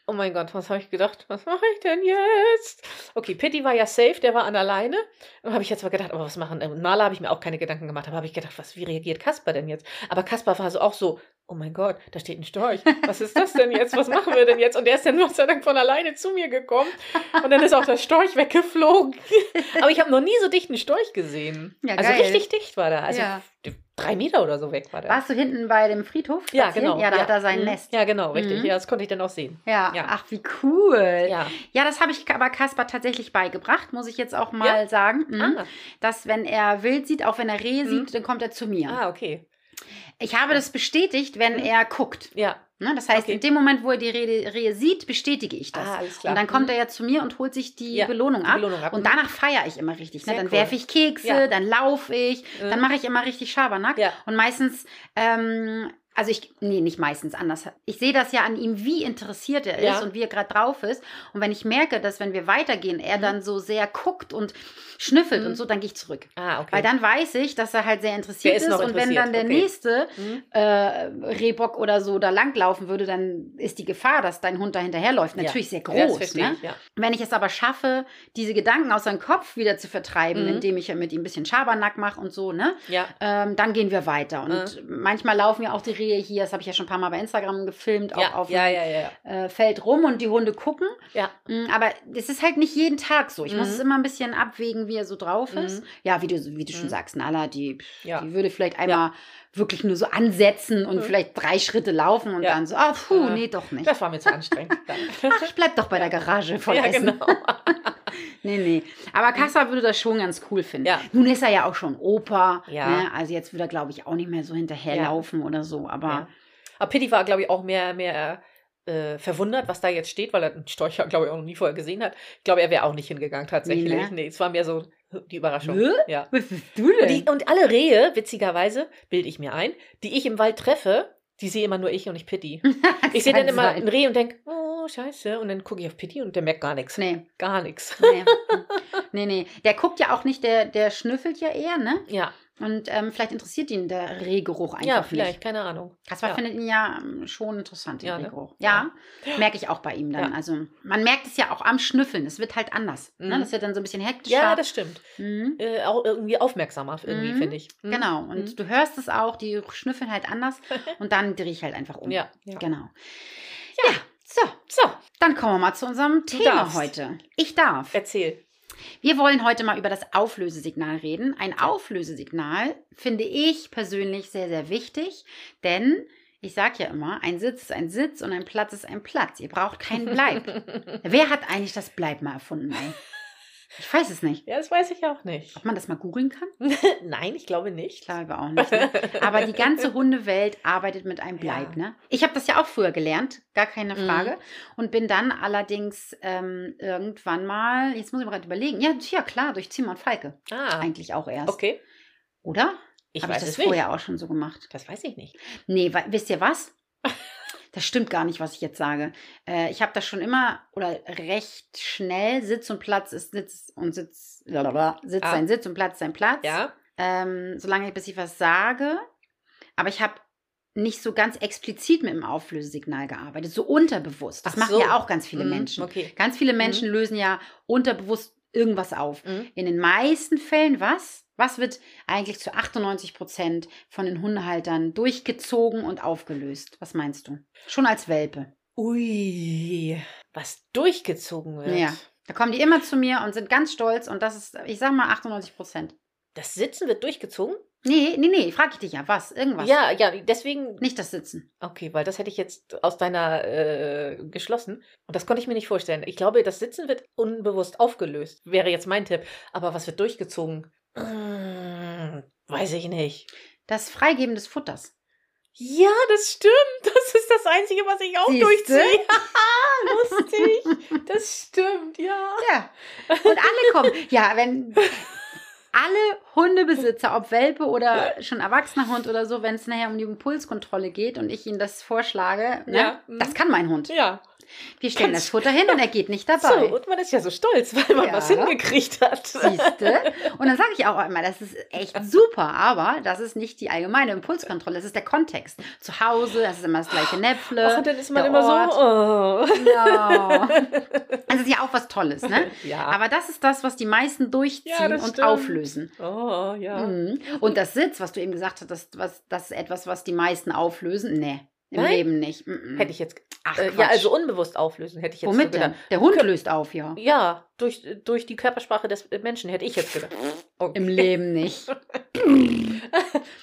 B: Oh mein Gott, was habe ich gedacht? Was mache ich denn jetzt? Okay, Pitti war ja safe, der war an alleine. Und habe ich jetzt mal gedacht, aber was machen? ähm, Nala habe ich mir auch keine Gedanken gemacht, aber habe ich gedacht, was, wie reagiert Kasper denn jetzt? Aber Kasper war so auch so, oh mein Gott, da steht ein Storch. Was ist das denn jetzt? Was machen wir denn jetzt? Und der ist dann Gott sei Dank von alleine zu mir gekommen. Und dann ist auch der Storch weggeflogen. Aber ich habe noch nie so dicht einen Storch gesehen.
A: Ja,
B: also
A: geil.
B: richtig dicht war der. Also
A: Ja.
B: drei Meter oder so weg war der.
A: Warst du hinten bei dem Friedhof?
B: Ja,
A: spazieren?
B: genau.
A: Ja, da hat er sein
B: Mhm.
A: Nest.
B: Ja, genau, richtig.
A: Mhm.
B: Ja, das konnte ich dann auch sehen. Äh,
A: Ja,
B: Ja.
A: ach, wie cool. Ja,
B: Ja.
A: das habe ich aber Kasper tatsächlich beigebracht, muss ich jetzt auch mal sagen. Mhm.
B: Ah,
A: Dass, wenn er wild sieht, auch wenn er Rehe
B: Mhm.
A: sieht, dann kommt er zu mir.
B: ah, okay.
A: Ich habe das bestätigt, wenn
B: Mhm.
A: er guckt.
B: Ja.
A: Ne? Das heißt,
B: Okay.
A: in dem Moment, wo er die Rehe, Rehe sieht, bestätige ich das.
B: Ah, alles klar.
A: Und dann kommt er ja zu mir und holt sich die
B: Ja,
A: Belohnung
B: die
A: ab.
B: Belohnung ab. Mhm.
A: Und danach feiere ich immer richtig. Ne?
B: Sehr
A: Dann
B: cool.
A: werfe ich Kekse,
B: Ja.
A: dann laufe ich,
B: Mhm.
A: dann mache ich immer richtig Schabernack.
B: Ja.
A: Und meistens, ähm, also ich, nee, nicht meistens anders. Ich sehe das ja an ihm, wie interessiert er ist
B: Ja.
A: und wie er gerade drauf ist. Und wenn ich merke, dass wenn wir weitergehen, er
B: Mhm.
A: dann so sehr guckt und schnüffelt
B: Mhm.
A: und so, dann gehe ich zurück.
B: Ah, okay.
A: Weil dann weiß ich, dass er halt sehr interessiert
B: Der ist
A: ist.
B: noch
A: und wenn
B: interessiert,
A: dann der
B: okay.
A: nächste
B: Mhm.
A: äh, Rehbock oder so da langlaufen würde, dann ist die Gefahr, dass dein Hund da hinterherläuft,
B: Ja.
A: natürlich sehr
B: Ja,
A: groß.
B: verstehe
A: ne?
B: ich, ja.
A: Wenn ich es aber schaffe, diese Gedanken aus seinem Kopf wieder zu vertreiben,
B: Mhm.
A: indem ich ja mit ihm ein bisschen Schabernack mache und so, ne?
B: ja.
A: Ähm, dann gehen wir weiter.
B: Äh.
A: Und manchmal laufen ja auch die Rehe hier, das habe ich ja schon ein paar Mal bei Instagram gefilmt, auch
B: Ja,
A: auf
B: ja,
A: dem
B: ja, ja, ja.
A: Äh, Feld rum und die Hunde gucken.
B: Ja.
A: Mm, Aber es ist halt nicht jeden Tag so. Ich muss
B: Mhm.
A: es immer ein bisschen abwägen, wie er so drauf ist.
B: Mhm.
A: Ja, wie du, wie du schon
B: Mhm.
A: sagst, Nala, die,
B: Ja.
A: die würde vielleicht einmal wirklich nur so ansetzen und
B: Mhm.
A: vielleicht drei Schritte laufen und
B: Ja.
A: dann so, ah, puh,
B: Äh,
A: nee, doch nicht.
B: Das war mir zu anstrengend.
A: Ach, ich bleib doch bei der Garage voll
B: ja,
A: Essen.
B: genau.
A: Nee, nee. Aber Kassa würde das schon ganz cool finden.
B: Ja.
A: Nun ist er ja auch schon Opa.
B: Ja.
A: Ne? Also jetzt würde er, glaube ich, auch nicht mehr so hinterherlaufen oder so.
B: Ja.
A: Aber
B: Aber Pitti war, glaube ich, auch mehr, mehr äh, verwundert, was da jetzt steht, weil er einen Storch, glaube ich, auch noch nie vorher gesehen hat. Ich glaube, er wäre auch nicht hingegangen tatsächlich.
A: Nee,
B: Nee,
A: ne?
B: es war mehr so die Überraschung.
A: Hä?
B: Ja.
A: was bist du
B: Und, die, und alle Rehe, witzigerweise, bilde ich mir ein, die ich im Wald treffe, die sehe immer nur ich und nicht Pitti. Ich sehe dann immer ein Reh und denke, oh, oh scheiße. Und dann gucke ich auf Pitti und der merkt gar nichts.
A: Nee,
B: Gar nichts.
A: nee. nee, nee. Der guckt ja auch nicht, der, der schnüffelt ja eher, ne?
B: Ja,
A: Und ähm, vielleicht interessiert ihn der Rehgeruch einfach
B: ja, vielleicht,
A: nicht.
B: keine Ahnung.
A: Kaspar
B: Ja.
A: findet ihn ja ähm, schon interessant, den
B: Ja, ne?
A: Rehgeruch. Ja, merke ich auch bei ihm dann.
B: Ja.
A: Also man merkt es ja auch am Schnüffeln. Es wird halt anders. Ne?
B: Mhm.
A: Das wird dann so ein bisschen hektischer.
B: Ja, das stimmt.
A: mhm.
B: Äh, auch irgendwie aufmerksamer, irgendwie,
A: Mhm.
B: finde ich. Mhm.
A: Genau. Und
B: Mhm.
A: du hörst es auch, die schnüffeln halt anders. und dann drehe ich halt einfach um.
B: Ja. ja.
A: Genau. Ja. so.
B: So,
A: Dann kommen wir mal zu unserem
B: Du
A: Thema
B: darfst. Äh.
A: heute. Ich darf.
B: erzähl.
A: Wir wollen heute mal über das Auflösesignal reden. Ein Auflösesignal finde ich persönlich sehr, sehr wichtig, denn ich sage ja immer, ein Sitz ist ein Sitz und ein Platz ist ein Platz. Ihr braucht keinen Bleib. Wer hat eigentlich das Bleib mal erfunden? Ey? Ich weiß es nicht.
B: ja, das weiß ich auch nicht.
A: Ob man das mal googeln kann?
B: Nein, ich glaube nicht.
A: Ich glaube auch nicht. Ne? Aber die ganze Hundewelt arbeitet mit einem Bleib.
B: Ja.
A: Ne? Ich habe das ja auch früher gelernt, gar keine
B: Mhm.
A: Frage. Und bin dann allerdings ähm, irgendwann mal, jetzt muss ich mal gerade überlegen, ja, ja klar, durch Zimmer und Falke
B: Ah,
A: eigentlich auch erst.
B: okay.
A: Oder?
B: Ich
A: Habe ich
B: weiß
A: das
B: es nicht.
A: vorher auch schon so gemacht?
B: Das weiß ich nicht.
A: Nee, wa- wisst ihr was? Das stimmt gar nicht, was ich jetzt sage. Äh, ich habe das schon immer oder recht schnell Sitz und Platz ist Sitz und Sitz, blablabla, Sitz
B: Ah.
A: sein Sitz und Platz sein Platz.
B: Ja,
A: Ähm, solange bis ich was sage. Aber ich habe nicht so ganz explizit mit dem Auflösesignal gearbeitet, so unterbewusst. Das
B: Ach
A: machen
B: so.
A: ja auch ganz viele
B: Mhm,
A: Menschen.
B: Okay.
A: Ganz viele Menschen lösen ja unterbewusst irgendwas auf.
B: Mhm.
A: In den meisten Fällen was? Was wird eigentlich zu 98 Prozent von den Hundehaltern durchgezogen und aufgelöst? Was meinst du? Schon als Welpe.
B: Ui, was durchgezogen wird.
A: Ja. Da kommen die immer zu mir und sind ganz stolz und das ist, ich sag mal, 98 Prozent.
B: Das Sitzen wird durchgezogen?
A: Nee, nee, nee, frag ich dich ja. Was? Irgendwas?
B: Ja, ja, deswegen.
A: Nicht das Sitzen.
B: Okay, weil das hätte ich jetzt aus deiner äh, geschlossen. Und das konnte ich mir nicht vorstellen. Ich glaube, das Sitzen wird unbewusst aufgelöst, wäre jetzt mein Tipp. Aber was wird durchgezogen? Mm, weiß ich nicht.
A: Das Freigeben des Futters.
B: Ja, das stimmt. Das ist das Einzige, was ich auch
A: Siehste?
B: durchziehe. Lustig. Das stimmt, ja.
A: Ja. Und alle kommen. Ja, wenn alle Hundebesitzer, ob Welpe oder schon erwachsener Hund oder so, wenn es nachher um die Impulskontrolle geht und ich ihnen das vorschlage, ne,
B: Ja.
A: das kann mein Hund.
B: Ja.
A: Wir stellen
B: Ganz-
A: das Futter hin und er geht nicht
B: So,
A: dabei.
B: und man ist ja so stolz, weil man
A: Ja.
B: was hingekriegt hat.
A: Siehste? Und dann sage ich auch immer, das ist echt super, aber das ist nicht die allgemeine Impulskontrolle, das ist der Kontext. Zu Hause, das ist immer das gleiche
B: Ach,
A: Näpfle.
B: und dann ist man
A: der
B: immer so.
A: Ja.
B: Oh.
A: Das ist ja auch was Tolles, ne?
B: Ja.
A: Aber das ist das, was die meisten durchziehen
B: Ah. das
A: und
B: stimmt.
A: auflösen.
B: Oh, ja.
A: Mhm. Und das Sitz, was du eben gesagt hattest, was, das ist etwas, was die meisten auflösen. Nee, im
B: Nein?
A: Leben nicht. Mhm.
B: Hätte ich jetzt.
A: Ach,
B: Äh,
A: Quatsch.
B: ja, also unbewusst auflösen, hätte ich jetzt
A: Womit
B: so
A: denn?
B: gedacht.
A: Der Hund löst auf, ja.
B: Ja, durch, durch die Körpersprache des Menschen hätte ich jetzt gedacht. Okay.
A: Im Leben nicht.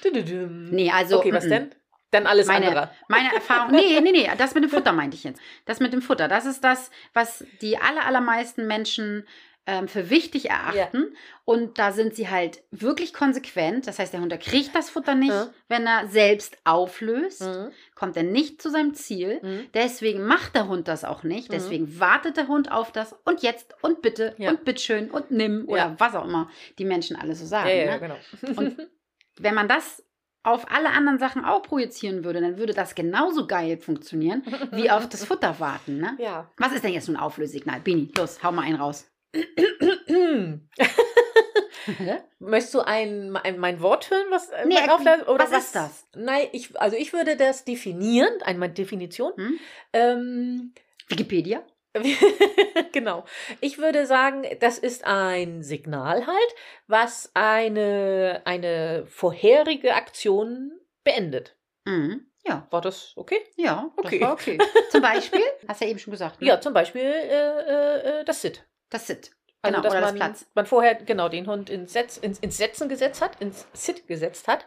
B: Dududum.
A: Nee, also.
B: okay, was
A: mhm.
B: denn? Dann alles
A: Meine-
B: andere.
A: Meine Erfahrung. Nee, nee, nee, das mit dem Futter meinte ich jetzt. Das mit dem Futter, das ist das, was die aller, allermeisten Menschen ähm, für wichtig erachten. Und da sind sie halt wirklich konsequent. Das heißt, der Hund der kriegt das Futter nicht,
B: Ja.
A: wenn er selbst auflöst,
B: Mhm.
A: kommt er nicht zu seinem Ziel.
B: Mhm.
A: Deswegen macht der Hund das auch nicht.
B: Mhm.
A: Deswegen wartet der Hund auf das und jetzt und bitte
B: Ja.
A: und bitteschön und nimm oder
B: Ja.
A: was auch immer die Menschen alle so
B: Ja,
A: sagen.
B: ja,
A: ne?
B: genau.
A: Und- Wenn man das auf alle anderen Sachen auch projizieren würde, dann würde das genauso geil funktionieren, wie auf das Futter warten. Ne?
B: genau. ja.
A: Was ist denn jetzt nun ein Auflössignal? Bini, los, hau mal einen raus. Hm.
B: Möchtest du ein, ein, mein Wort hören, was äh,
A: Nee,
B: mein Auflass, oder
A: was
B: was
A: ist das?
B: Nein, ich, also ich würde das definieren, einmal Definition.
A: Hm?
B: Ähm,
A: Wikipedia?
B: genau. Ich würde sagen, das ist ein Signal halt, was eine, eine vorherige Aktion beendet.
A: Mhm. Ja,
B: War das okay?
A: ja, okay.
B: Okay.
A: Das war okay. Zum Beispiel, hast du ja eben schon gesagt, ne?
B: Ja, zum Beispiel äh, äh, das Sit.
A: das Sit.
B: Also,
A: Genau,
B: dass
A: oder das
B: man,
A: Platz.
B: man vorher genau den Hund ins, Setz, ins, ins Setzen gesetzt hat, ins Sit gesetzt hat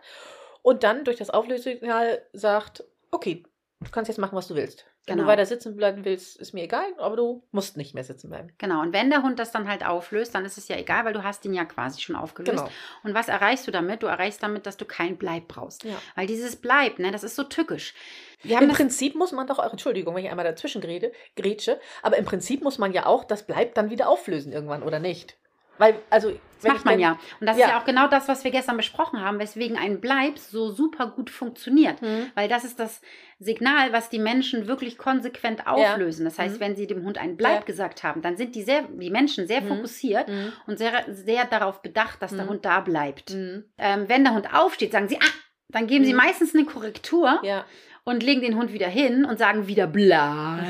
B: und dann durch das Auflösesignal sagt, okay, du kannst jetzt machen, was du willst. Wenn du
A: Genau.
B: weiter sitzen bleiben willst, ist mir egal, aber du musst nicht mehr sitzen bleiben.
A: Genau, und wenn der Hund das dann halt auflöst, dann ist es ja egal, weil du hast ihn ja quasi schon aufgelöst.
B: Genau.
A: Und was erreichst du damit? Du erreichst damit, dass du kein Bleib brauchst.
B: Ja.
A: Weil dieses Bleib, ne, das ist so tückisch. Wir
B: Im
A: haben das,
B: Prinzip muss man doch auch, Entschuldigung, wenn ich einmal dazwischen rede, grätsche, aber im Prinzip muss man ja auch, das bleibt dann wieder auflösen irgendwann, oder nicht? Weil, also,
A: Das
B: wenn
A: macht
B: ich
A: man
B: dann-
A: ja. Und das ist
B: Ja.
A: ja auch genau das, was wir gestern besprochen haben, weswegen ein Bleib so super gut funktioniert.
B: Mhm.
A: Weil das ist das Signal, was die Menschen wirklich konsequent auflösen. Das heißt,
B: Mhm.
A: wenn sie dem Hund ein Bleib
B: Ja.
A: gesagt haben, dann sind die, sehr, die Menschen sehr
B: Mhm.
A: fokussiert
B: Mhm.
A: und sehr, sehr darauf bedacht, dass der
B: Mhm.
A: Hund da bleibt.
B: Mhm.
A: Ähm, wenn der Hund aufsteht, sagen sie, ah, dann geben sie
B: Mhm.
A: meistens eine Korrektur
B: Ja.
A: und legen den Hund wieder hin und sagen wieder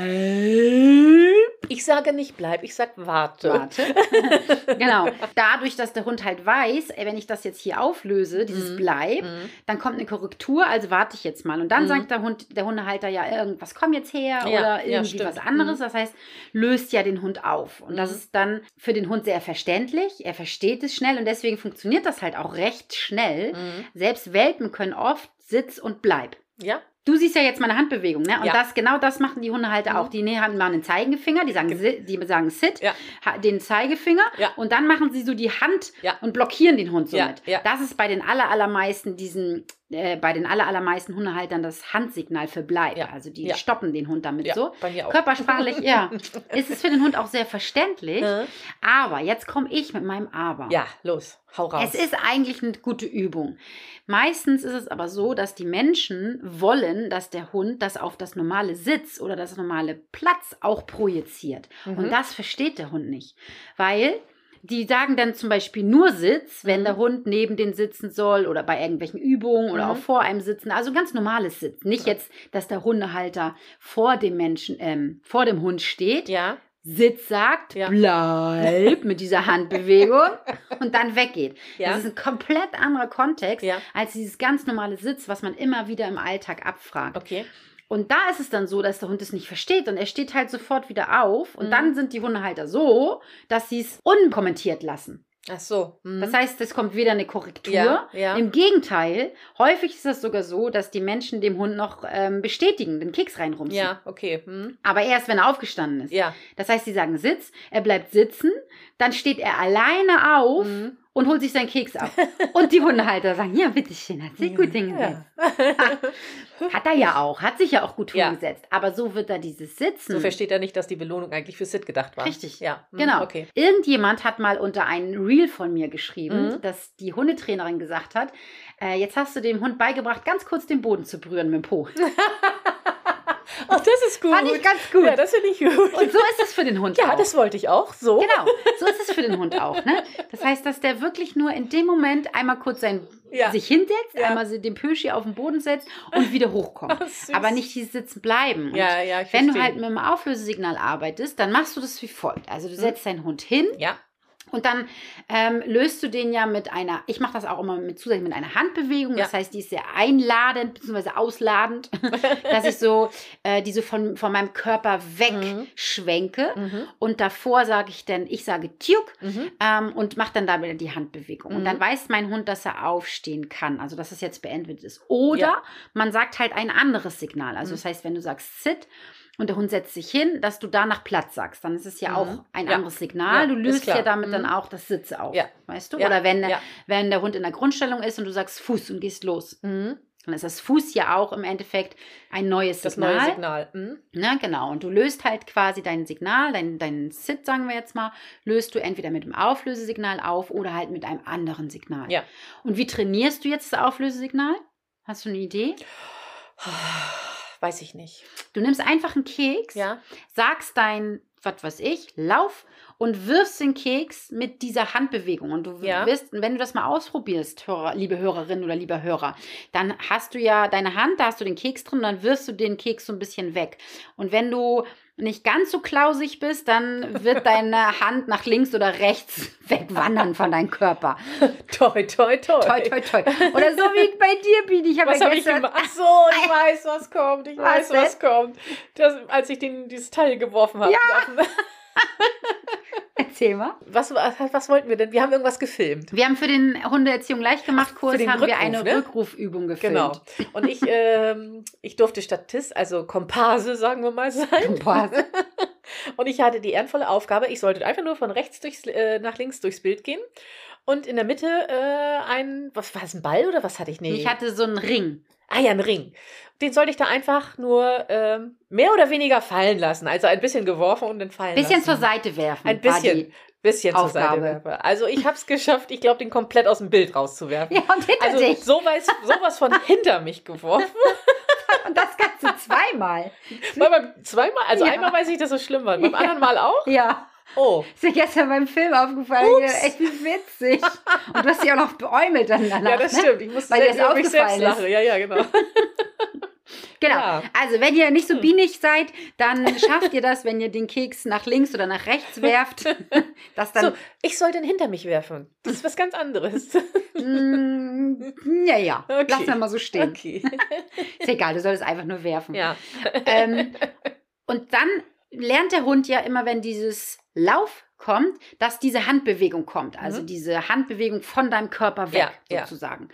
B: Äh?
A: Bleib.
B: Ich sage nicht bleib, ich sag warte.
A: Warte. genau. Dadurch, dass der Hund halt weiß, ey, wenn ich das jetzt hier auflöse, dieses
B: Mhm.
A: Bleib,
B: Mhm.
A: dann kommt eine Korrektur, also warte ich jetzt mal. Und dann
B: Mhm.
A: sagt der Hund, der Hundehalter ja irgendwas, komm jetzt her
B: Ja, ja,
A: oder irgendwie
B: stimmt.
A: was anderes.
B: Mhm.
A: Das heißt, löst ja den Hund auf. Und das
B: Mhm.
A: ist dann für den Hund sehr verständlich, er versteht es schnell und deswegen funktioniert das halt auch recht schnell.
B: Mhm.
A: Selbst Welpen können oft Sitz und Bleib.
B: Ja.
A: Du siehst ja jetzt meine Handbewegung, ne? Und
B: Ja.
A: das, genau das machen die Hundehalter
B: Mhm.
A: auch. Die haben mal einen Zeigefinger, die sagen, si- die sagen Sit,
B: Ja.
A: ha- den Zeigefinger
B: Ja.
A: und dann machen sie so die Hand
B: Ja.
A: und blockieren den Hund
B: Ja,
A: somit.
B: ja.
A: Das ist bei den aller, allermeisten diesen, äh, bei den aller, allermeisten Hundehaltern das Handsignal für Bleib.
B: Ja.
A: Also die
B: Ja.
A: stoppen den Hund damit
B: ja.
A: so.
B: Bei mir auch.
A: Körpersprachlich, ja, ist es für den Hund auch sehr verständlich.
B: Mhm.
A: Aber jetzt komme ich mit meinem Aber.
B: Ja, los. Hau raus.
A: Es ist eigentlich eine gute Übung. Meistens ist es aber so, dass die Menschen wollen, dass der Hund das auf das normale Sitz oder das normale Platz auch projiziert.
B: Mhm.
A: Und das versteht der Hund nicht. Weil die sagen dann zum Beispiel nur Sitz, wenn
B: Mhm.
A: der Hund neben den sitzen soll oder bei irgendwelchen Übungen oder
B: Mhm.
A: auch vor einem sitzen. Also ganz normales Sitzen. Nicht
B: Ja.
A: jetzt, dass der Hundehalter vor dem Menschen, ähm, vor dem Hund steht,
B: Ja.
A: Sitz sagt,
B: Ja.
A: bleib mit dieser Handbewegung und dann weggeht.
B: Ja.
A: Das ist ein komplett anderer Kontext
B: Ja.
A: als dieses ganz normale Sitz, was man immer wieder im Alltag abfragt.
B: Okay.
A: Und da ist es dann so, dass der Hund es nicht versteht und er steht halt sofort wieder auf und
B: Mhm.
A: dann sind die Hundehalter so, dass sie es unkommentiert lassen.
B: Ach so. Mhm.
A: Das heißt, es kommt wieder eine Korrektur.
B: ja. Ja.
A: Im Gegenteil, häufig ist das sogar so, dass die Menschen dem Hund noch ähm, bestätigen, den Keks reinrumsen.
B: ja. Okay. Mhm.
A: Aber erst, wenn er aufgestanden ist.
B: Ja.
A: Das heißt, sie sagen Sitz, er bleibt sitzen, dann steht er alleine auf
B: Mhm.
A: und holt sich seinen Keks ab. Und die Hundehalter sagen, ja, bitteschön, hat sich gut hingesetzt.
B: Ja.
A: Hat er ja auch, hat sich ja auch gut
B: Ja.
A: hingesetzt. Aber so wird da dieses Sitzen.
B: So versteht er nicht, dass die Belohnung eigentlich für Sid gedacht war.
A: Richtig.
B: Ja. Mhm.
A: Genau.
B: Okay.
A: Irgendjemand hat mal unter einen Reel von mir geschrieben,
B: Mhm.
A: dass die Hundetrainerin gesagt hat, äh, jetzt hast du dem Hund beigebracht, ganz kurz den Boden zu berühren mit dem Po.
B: Ach, das ist gut.
A: Fand ich ganz gut.
B: Ja, das finde ich gut.
A: und so ist es für den Hund
B: ja,
A: auch.
B: das wollte ich auch. So.
A: Genau, so ist es für den Hund auch. Ne? Das heißt, dass der wirklich nur in dem Moment einmal kurz sein,
B: Ja.
A: sich hinsetzt,
B: Ja.
A: einmal so den Pöschi auf den Boden setzt und wieder hochkommt.
B: Ach, süß.
A: Aber nicht dieses Sitzen bleiben. Und
B: Ja, ja, ich
A: wenn du
B: verstehe. Hm?
A: halt mit dem Auflösesignal arbeitest, dann machst du das wie folgt. Also du setzt deinen Hund hin
B: Ja.
A: und dann ähm, löst du den ja mit einer, ich mache das auch immer mit zusätzlich mit einer Handbewegung, das
B: Ja.
A: heißt, die ist sehr einladend bzw. ausladend, dass ich so äh, diese von, von meinem Körper
B: Mhm.
A: wegschwenke.
B: Mhm.
A: Und davor sage ich dann, ich sage Tuke
B: Mhm.
A: ähm, und mache dann da wieder die Handbewegung. Und
B: Mhm.
A: dann weiß mein Hund, dass er aufstehen kann, also dass es jetzt beendet ist. Oder
B: Ja.
A: man sagt halt ein anderes Signal. Also
B: Mhm.
A: das heißt, wenn du sagst Sit und der Hund setzt sich hin, dass du danach Platz sagst, dann ist es ja
B: Mhm.
A: auch ein
B: Ja.
A: anderes Signal.
B: Ja,
A: du
B: ist
A: löst ja
B: klar.
A: damit dann
B: Mhm.
A: auch das Sitze auf,
B: Ja.
A: weißt du?
B: Ja.
A: Oder wenn,
B: Ja.
A: wenn der Hund in der Grundstellung ist und du sagst Fuß und gehst los.
B: Mhm.
A: Dann ist das Fuß ja auch im Endeffekt ein neues
B: Das
A: Signal.
B: neue Signal. Mhm.
A: Ne, genau. Und du löst halt quasi dein Signal, dein, dein Sit, sagen wir jetzt mal, löst du entweder mit dem Auflösesignal auf oder halt mit einem anderen Signal.
B: Ja.
A: Und wie trainierst du jetzt das Auflösesignal? Hast du eine Idee?
B: Weiß ich nicht.
A: Du nimmst einfach einen Keks,
B: Ja.
A: sagst dein, was weiß ich, Lauf und wirfst den Keks mit dieser Handbewegung. Und du
B: Ja.
A: wirst, wenn du das mal ausprobierst, Hörer, liebe Hörerin oder lieber Hörer, dann hast du ja deine Hand, da hast du den Keks drin, dann wirfst du den Keks so ein bisschen weg. Und wenn du nicht ganz so klausig bist, dann wird deine Hand nach links oder rechts wegwandern von deinem Körper.
B: Toi, toi, toi.
A: Toi, toi, toi. Oder so wie bei dir, Biene. Ich habe
B: Was
A: ja
B: habe ich
A: gestern
B: gemacht? Ach so, ich weiß, was kommt. Ich
A: Was
B: weiß,
A: denn?
B: was kommt. Das, als ich den, dieses Teil geworfen habe. Ja.
A: erzähl mal.
B: Was, was, was wollten wir denn? Wir haben irgendwas gefilmt.
A: Wir haben für den Hundeerziehung leicht gemacht
B: Ach, für
A: Kurs
B: den
A: haben wir
B: Rückruf,
A: eine
B: ne?
A: Rückrufübung gefilmt.
B: Genau. Und ich, ähm, ich durfte Statist, also Komparse, sagen wir mal, sein.
A: Boah,
B: Und ich hatte die ehrenvolle Aufgabe, ich sollte einfach nur von rechts durchs, äh, nach links durchs Bild gehen und in der Mitte äh, ein, was war es, ein Ball oder was hatte ich? Nee.
A: Ich hatte so einen Ring.
B: ah ja, ein Ring. Den sollte ich da einfach nur ähm, mehr oder weniger fallen lassen. Also ein bisschen geworfen und dann fallen
A: Bisschen
B: lassen.
A: zur Seite werfen.
B: Ein
A: war
B: bisschen.
A: die-
B: bisschen zur
A: Aufgabe.
B: Seite werfe. Also ich habe es geschafft, ich glaube, den komplett aus dem Bild rauszuwerfen.
A: Ja, und hinter
B: also
A: dich.
B: sowas, sowas von hinter mich geworfen.
A: Und das Ganze zweimal.
B: Weil beim zweimal, also
A: Ja.
B: einmal weiß ich, dass es schlimm war. Beim
A: Ja.
B: anderen Mal auch.
A: Ja.
B: Oh.
A: Ist mir gestern beim Film aufgefallen.
B: Ups.
A: Ja, Echt wie witzig. Und du hast dich auch noch beäumelt dann danach.
B: Ja, das
A: ne?
B: stimmt. Ich musste
A: Weil dir
B: selbst
A: das
B: über mich selbst
A: aufgefallen ist.
B: lachen. Ja, ja, genau.
A: Genau.
B: Ja.
A: Also, wenn ihr nicht so
B: Hm.
A: bienig seid, dann schafft ihr das, wenn ihr den Keks nach links oder nach rechts werft. Das dann.
B: so, ich soll den hinter mich werfen. Das ist was ganz anderes.
A: Mm, ja, ja.
B: Okay.
A: Lassen wir mal so stehen.
B: Okay.
A: Ist egal, du solltest einfach nur werfen.
B: Ja.
A: Ähm, und dann lernt der Hund ja immer, wenn dieses Lauf kommt, dass diese Handbewegung kommt. Also
B: Mhm.
A: diese Handbewegung von deinem Körper weg,
B: Ja, ja.
A: sozusagen.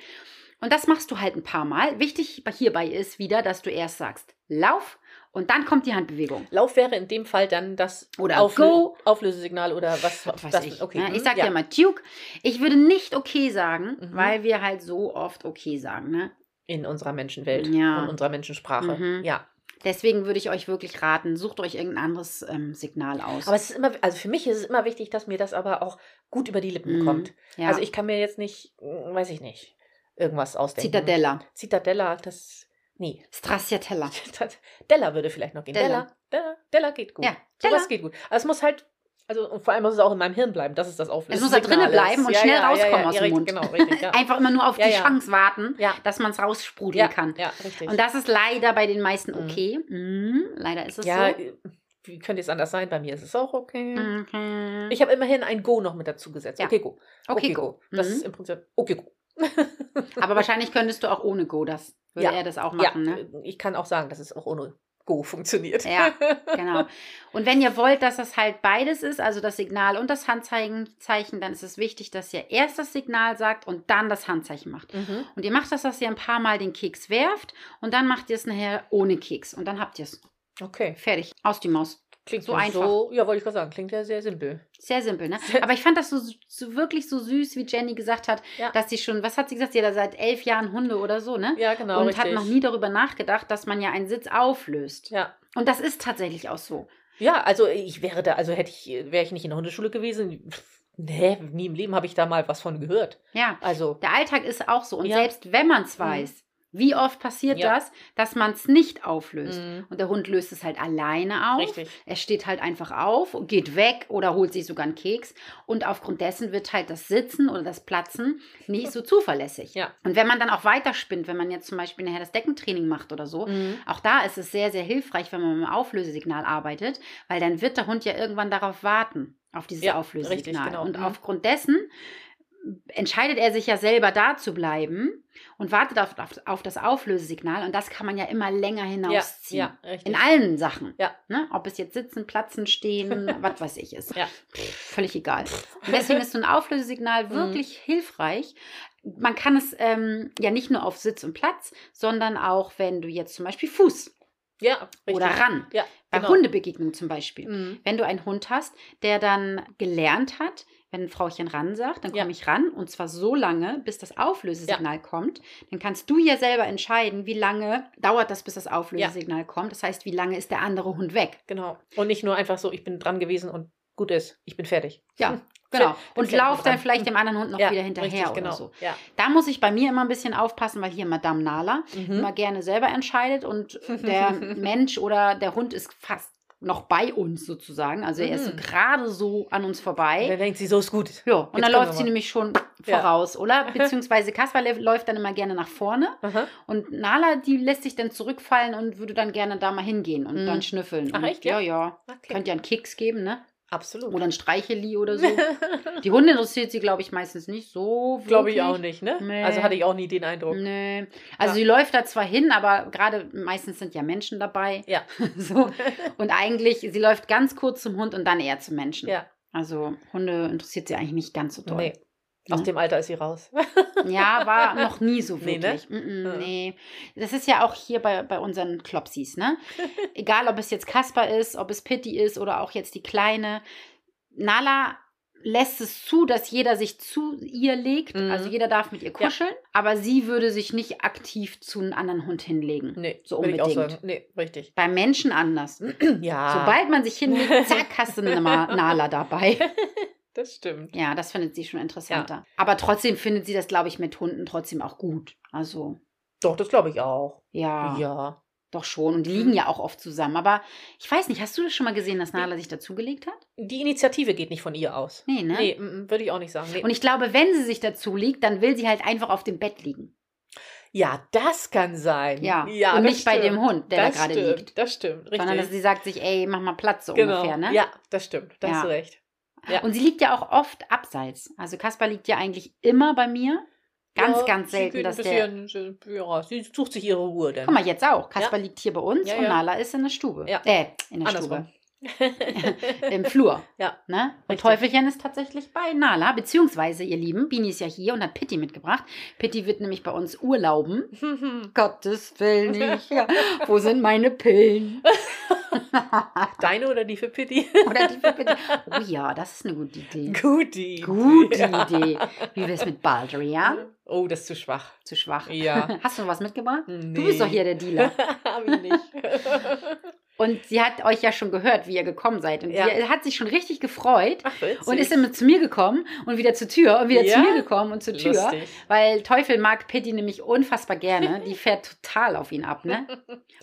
A: Und das machst du halt ein paar Mal. Wichtig hierbei ist wieder, dass du erst sagst Lauf und dann kommt die Handbewegung.
B: Lauf wäre in dem Fall dann das
A: Oder
B: Auflö
A: Go.
B: Auflösesignal oder was.
A: Was weiß
B: das,
A: ich.
B: Okay.
A: ne?
B: hm,
A: ich sag ja. mal Duke. Ich würde nicht okay sagen,
B: Mhm.
A: weil wir halt so oft okay sagen. Ne?
B: In unserer Menschenwelt.
A: Ja.
B: In unserer Menschensprache.
A: Mhm.
B: Ja.
A: Deswegen würde ich euch wirklich raten, sucht euch irgendein anderes ähm, Signal aus.
B: Aber es ist immer, also für mich ist es immer wichtig, dass mir das aber auch gut über die Lippen
A: Mhm.
B: kommt.
A: ja.
B: Also ich kann mir jetzt nicht, hm, weiß ich nicht, irgendwas ausdenken.
A: Zitadella.
B: ne? Zitadella, das. Nee.
A: Stracciatella.
B: Das- Della würde vielleicht noch gehen.
A: Della.
B: Della, Della, Della geht gut.
A: Ja,
B: So
A: Della.
B: was geht gut. Also es muss halt, also und vor allem muss es auch in meinem Hirn bleiben, das ist das Auflösen.
A: Es muss da drinnen bleiben und schnell rauskommen aus dem
B: richtig,
A: Mund.
B: Genau, richtig, ja.
A: Einfach immer nur auf
B: Ja,
A: die
B: ja.
A: Chance warten,
B: ja.
A: dass man es raussprudeln
B: Ja,
A: kann.
B: ja, richtig.
A: Und das ist leider bei den meisten
B: Mhm.
A: okay. Mhm, leider ist es
B: ja,
A: so.
B: äh, wie könnte es anders sein? Bei mir ist es auch okay.
A: Mhm.
B: Ich habe immerhin ein Go noch mit dazu gesetzt.
A: Ja.
B: Okay, go.
A: okay, go.
B: Das
A: Mhm.
B: ist im Prinzip okay, go.
A: Aber wahrscheinlich könntest du auch ohne Go das. Würde
B: Ja.
A: er das auch machen,
B: ja, äh,
A: ne?
B: ich kann auch sagen, dass es auch ohne Go funktioniert.
A: Ja, Genau. Und wenn ihr wollt, dass das halt beides ist, also das Signal und das Handzeichen, Zeichen, dann ist es wichtig, dass ihr erst das Signal sagt und dann das Handzeichen macht.
B: mhm.
A: Und ihr macht das, dass ihr ein paar Mal den Keks werft und dann macht ihr es nachher ohne Keks. Und dann habt ihr es.
B: Okay.
A: Fertig. Aus die Maus.
B: Klingt
A: So
B: so
A: einfach.
B: einfach. So, ja, wollte ich gerade sagen. Klingt ja sehr simpel.
A: Sehr simpel, ne? Aber ich fand das so, so wirklich so süß, wie Jenny gesagt hat,
B: Ja.
A: dass sie schon, was hat sie gesagt? Sie hat ja seit elf Jahren Hunde oder so, ne?
B: Ja, genau.
A: und
B: richtig.
A: hat noch nie darüber nachgedacht, dass man ja einen Sitz auflöst.
B: Ja.
A: Und das ist tatsächlich auch so.
B: Ja, also ich wäre da, also hätte ich, wäre ich nicht in der Hundeschule gewesen, pff, nee, nie im Leben habe ich da mal was von gehört.
A: Ja.
B: Also,
A: Der Alltag ist auch so. Und
B: Ja.
A: selbst wenn man es
B: Mhm.
A: weiß, wie oft passiert
B: Ja.
A: das, dass man es nicht auflöst?
B: mh,
A: Und der Hund löst es halt alleine auf.
B: richtig.
A: Er steht halt einfach auf, geht weg oder holt sich sogar einen Keks. Und aufgrund dessen wird halt das Sitzen oder das Platzen nicht so zuverlässig.
B: Ja.
A: Und wenn man dann auch weiterspinnt, wenn man jetzt zum Beispiel nachher das Deckentraining macht oder so,
B: Mhm.
A: auch da ist es sehr, sehr hilfreich, wenn man mit dem Auflösesignal arbeitet, weil dann wird der Hund ja irgendwann darauf warten, auf dieses
B: Ja,
A: Auflösesignal.
B: richtig, genau.
A: Und
B: Mhm.
A: aufgrund dessen entscheidet er sich ja selber da zu bleiben und wartet auf, auf, auf das Auflösesignal. Und das kann man ja immer länger
B: Ja,
A: hinausziehen.
B: ja, richtig.
A: In allen Sachen.
B: Ja.
A: Ne? Ob es jetzt sitzen, platzen, stehen, was weiß ich ist.
B: Ja.
A: Pff, völlig egal. Und deswegen ist so ein Auflösesignal
B: Mhm.
A: wirklich hilfreich. Man kann es ähm, ja nicht nur auf Sitz und Platz, sondern auch, wenn du jetzt zum Beispiel Fuß
B: ja, richtig.
A: oder ran.
B: Ja,
A: Bei
B: genau.
A: Hundebegegnungen zum Beispiel.
B: Mhm.
A: Wenn du einen Hund hast, der dann gelernt hat, wenn ein Frauchen ran sagt, dann
B: Ja.
A: komme ich ran und zwar so lange, bis das Auflösesignal kommt. Dann kannst du ja selber entscheiden, wie lange dauert das, bis das Auflösesignal kommt. Das heißt, wie lange ist der andere Hund weg.
B: Genau. Und nicht nur einfach so, ich bin dran gewesen und gut ist, ich bin fertig.
A: Ja,
B: Hm.
A: genau.
B: Bin
A: Und
B: fertig
A: lauf
B: mit
A: dann
B: dran.
A: vielleicht dem anderen Hund noch
B: Hm. Ja,
A: wieder hinterher
B: richtig,
A: oder
B: genau.
A: so.
B: Ja.
A: Da muss ich bei mir immer ein bisschen aufpassen, weil hier Madame Nala immer
B: Mhm.
A: gerne selber entscheidet und der Mensch oder der Hund ist fast noch bei uns sozusagen. Also er ist so
B: Mhm.
A: gerade so an uns
B: Und
A: vorbei.
B: dann denkt sie, so ist gut.
A: Ja, und
B: Jetzt
A: dann
B: können
A: läuft
B: wir
A: sie
B: mal.
A: nämlich schon
B: Ja.
A: voraus, oder? Beziehungsweise Kasper lä- läuft dann immer gerne nach vorne
B: Aha.
A: und Nala, die lässt sich dann zurückfallen und würde dann gerne da mal hingehen und
B: Mhm.
A: dann schnüffeln.
B: Ach,
A: und,
B: echt,
A: Ja,
B: ja?
A: ja.
B: Okay.
A: Könnte ja einen Keks geben, ne?
B: Absolut.
A: Oder ein Streicheli oder so. Die Hunde interessiert sie, glaube ich, meistens nicht so.
B: Glaube ich
A: wirklich.
B: auch nicht, ne?
A: Nee.
B: Also hatte ich auch nie den Eindruck.
A: Nee. Also
B: Ja.
A: sie läuft da zwar hin, aber gerade meistens sind ja Menschen dabei.
B: Ja.
A: so. Und eigentlich, sie läuft ganz kurz zum Hund und dann eher zum Menschen.
B: Ja.
A: Also Hunde interessiert sie eigentlich nicht ganz so doll.
B: Nee. Aus
A: Ja.
B: dem Alter ist sie raus.
A: Ja, war noch nie so
B: Nee, ne? Äh.
A: wirklich. Nee,
B: Ja.
A: nee. Das ist ja auch hier bei, bei unseren Klopsis, ne? Egal, ob es jetzt Kasper ist, ob es Pitti ist oder auch jetzt die Kleine. Nala lässt es zu, dass jeder sich zu ihr legt.
B: Mhm.
A: Also jeder darf mit ihr kuscheln. Aber sie würde sich nicht aktiv zu einem anderen Hund hinlegen.
B: Nee, Mhm.
A: So
B: würde
A: unbedingt.
B: Nee, richtig.
A: Bei Menschen anders. Ah.
B: Ja.
A: Sobald man sich hinlegt, zack, hast du eine Ma- Nala dabei.
B: Das stimmt.
A: Ja, das findet sie schon interessanter. Aber trotzdem findet sie das, glaube ich, mit Hunden trotzdem auch gut. Also,
B: Doch, das glaube ich auch.
A: ja,
B: Ja.
A: doch schon. Und die
B: Mhm.
A: liegen ja auch oft zusammen. Aber ich weiß nicht, hast du das schon mal gesehen, dass Nala sich dazugelegt hat?
B: Die Initiative geht nicht von ihr aus.
A: Nee, ne?
B: Nee, mm, mm, würde ich auch nicht sagen. Nee.
A: Und ich glaube, wenn sie sich dazu liegt, dann will sie halt einfach auf dem Bett liegen.
B: ja, das kann sein.
A: Ja.
B: ja
A: Und
B: das
A: nicht bei
B: stimmt.
A: dem Hund, der
B: das
A: da gerade
B: stimmt,
A: liegt.
B: Das stimmt, richtig.
A: Sondern dass sie sagt sich, ey, mach mal Platz so
B: genau.
A: ungefähr, ne?
B: Ja, das stimmt. Da hast
A: Ja.
B: du recht. Ja.
A: Und sie liegt ja auch oft abseits. Also Kaspar liegt ja eigentlich immer bei mir. Ganz,
B: ja,
A: ganz selten,
B: sie
A: dass
B: geht
A: der.
B: ein bisschen, ja, Sie sucht sich ihre Ruhe dann.
A: Guck mal, jetzt auch. Kaspar liegt hier bei uns
B: Ja,
A: und
B: ja.
A: Nala ist in der Stube.
B: Ja.
A: Äh, in der
B: Andersrum.
A: Stube. Im Flur.
B: Ja.
A: Ne? Und
B: Richtig.
A: Teufelchen ist tatsächlich bei Nala, beziehungsweise ihr Lieben, Bini ist ja hier und hat Pitti mitgebracht. Pitti wird nämlich bei uns urlauben. Gottes Willen nicht. Ja. Wo sind meine Pillen?
B: Deine oder die für Pitti?
A: Oder die für Pitti. Oh ja, das ist eine gute Idee.
B: Guti.
A: Gute
B: Ja.
A: Idee. Wie wär's mit Baldrian?
B: Oh, das ist zu schwach.
A: Zu schwach.
B: Ja. Hm,
A: Hast du noch was mitgebracht?
B: Nee.
A: Du bist doch hier der Dealer.
B: Hab ich nicht.
A: Und sie hat euch ja schon gehört, wie ihr gekommen seid. Und
B: Ja.
A: sie hat sich schon richtig gefreut
B: Ach, witzig.
A: und ist immer zu mir gekommen und wieder zur Tür und wieder
B: Ja?
A: zu mir gekommen und zur Tür.
B: Lustig.
A: Weil Teufel mag Pitti nämlich unfassbar gerne. Die fährt total auf ihn ab, ne?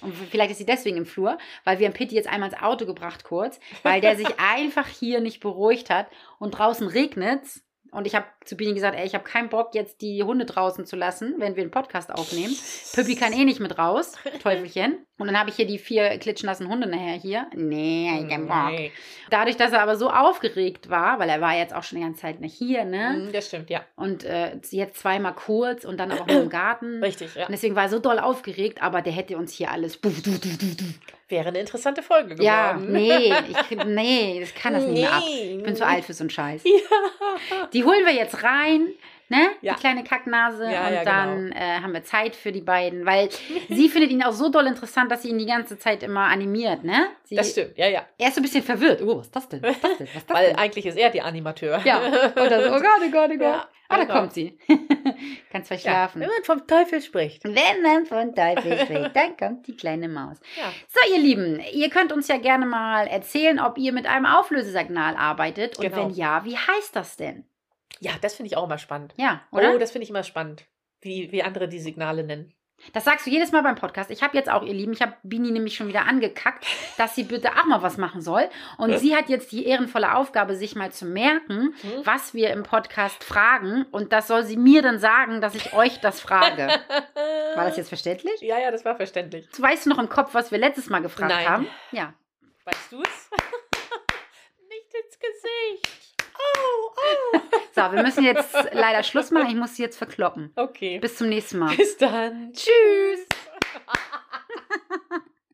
A: Und vielleicht ist sie deswegen im Flur, weil wir haben Pitti jetzt einmal ins Auto gebracht kurz, weil der sich einfach hier nicht beruhigt hat und draußen regnet's. Und ich habe zu Bini gesagt, ey, ich habe keinen Bock, jetzt die Hunde draußen zu lassen, wenn wir einen Podcast aufnehmen. Püppi kann eh nicht mit raus, Teufelchen. Und dann habe ich hier die vier klitschnassen Hunde nachher hier. Nee, kein Bock.
B: Nee.
A: Dadurch, dass er aber so aufgeregt war, weil er war jetzt auch schon die ganze Zeit nicht hier, ne?
B: Mhm, Das stimmt, ja.
A: Und äh, jetzt zweimal kurz und dann auch noch im Garten. Und
B: Richtig, ja.
A: deswegen war er so doll aufgeregt, aber der hätte uns hier alles. Buf, du, du, du, du.
B: Wäre eine interessante Folge geworden.
A: Ja, nee, ich, krieg- nee, das kann das nicht mehr ab.
B: Nee.
A: Ich bin zu alt für so einen Scheiß.
B: Ja.
A: Die holen wir jetzt rein, ne?
B: Ja.
A: Die kleine Kacknase.
B: Ja,
A: und
B: ja, genau.
A: dann äh, haben wir Zeit für die beiden, weil sie findet ihn auch so doll interessant, dass sie ihn die ganze Zeit immer animiert, ne? Sie,
B: Das stimmt, ja, ja.
A: Er ist so ein bisschen verwirrt. Oh, was ist das denn? Was ist das denn? Was ist das
B: Weil
A: denn?
B: eigentlich ist er die Animateur.
A: Ja, und dann so, oh Gott, oh Gott, oh Gott.
B: Ja,
A: ah, da
B: genau.
A: kommt sie. Kannst verschlafen.
B: Ja, wenn man vom Teufel spricht.
A: Wenn man von Teufel spricht, dann kommt die kleine Maus.
B: Ja.
A: So, ihr Lieben, ihr könnt uns ja gerne mal erzählen, ob ihr mit einem Auflösesignal arbeitet. Und
B: Genau.
A: wenn ja, wie heißt das denn?
B: Ja, das finde ich auch immer spannend.
A: Ja, oder?
B: Oh, das finde ich immer spannend, wie, wie andere die Signale nennen.
A: Das sagst du jedes Mal beim Podcast. Ich habe jetzt auch, ihr Lieben, ich habe Bini nämlich schon wieder angekackt, dass sie bitte auch mal was machen soll. Und sie hat jetzt die ehrenvolle Aufgabe, sich mal zu merken,
B: Hm?
A: was wir im Podcast fragen. Und das soll sie mir dann sagen, dass ich euch das frage. War
B: War
A: das jetzt verständlich?
B: Ja, ja, das war verständlich.
A: Weißt du noch im Kopf, was wir letztes Mal gefragt
B: Nein.
A: haben? Ja.
B: Weißt du es? Nicht ins Gesicht. Oh, oh.
A: So, wir müssen jetzt leider Schluss machen. Ich muss sie jetzt verkloppen.
B: Okay.
A: Bis zum nächsten Mal.
B: Bis dann.
A: Tschüss.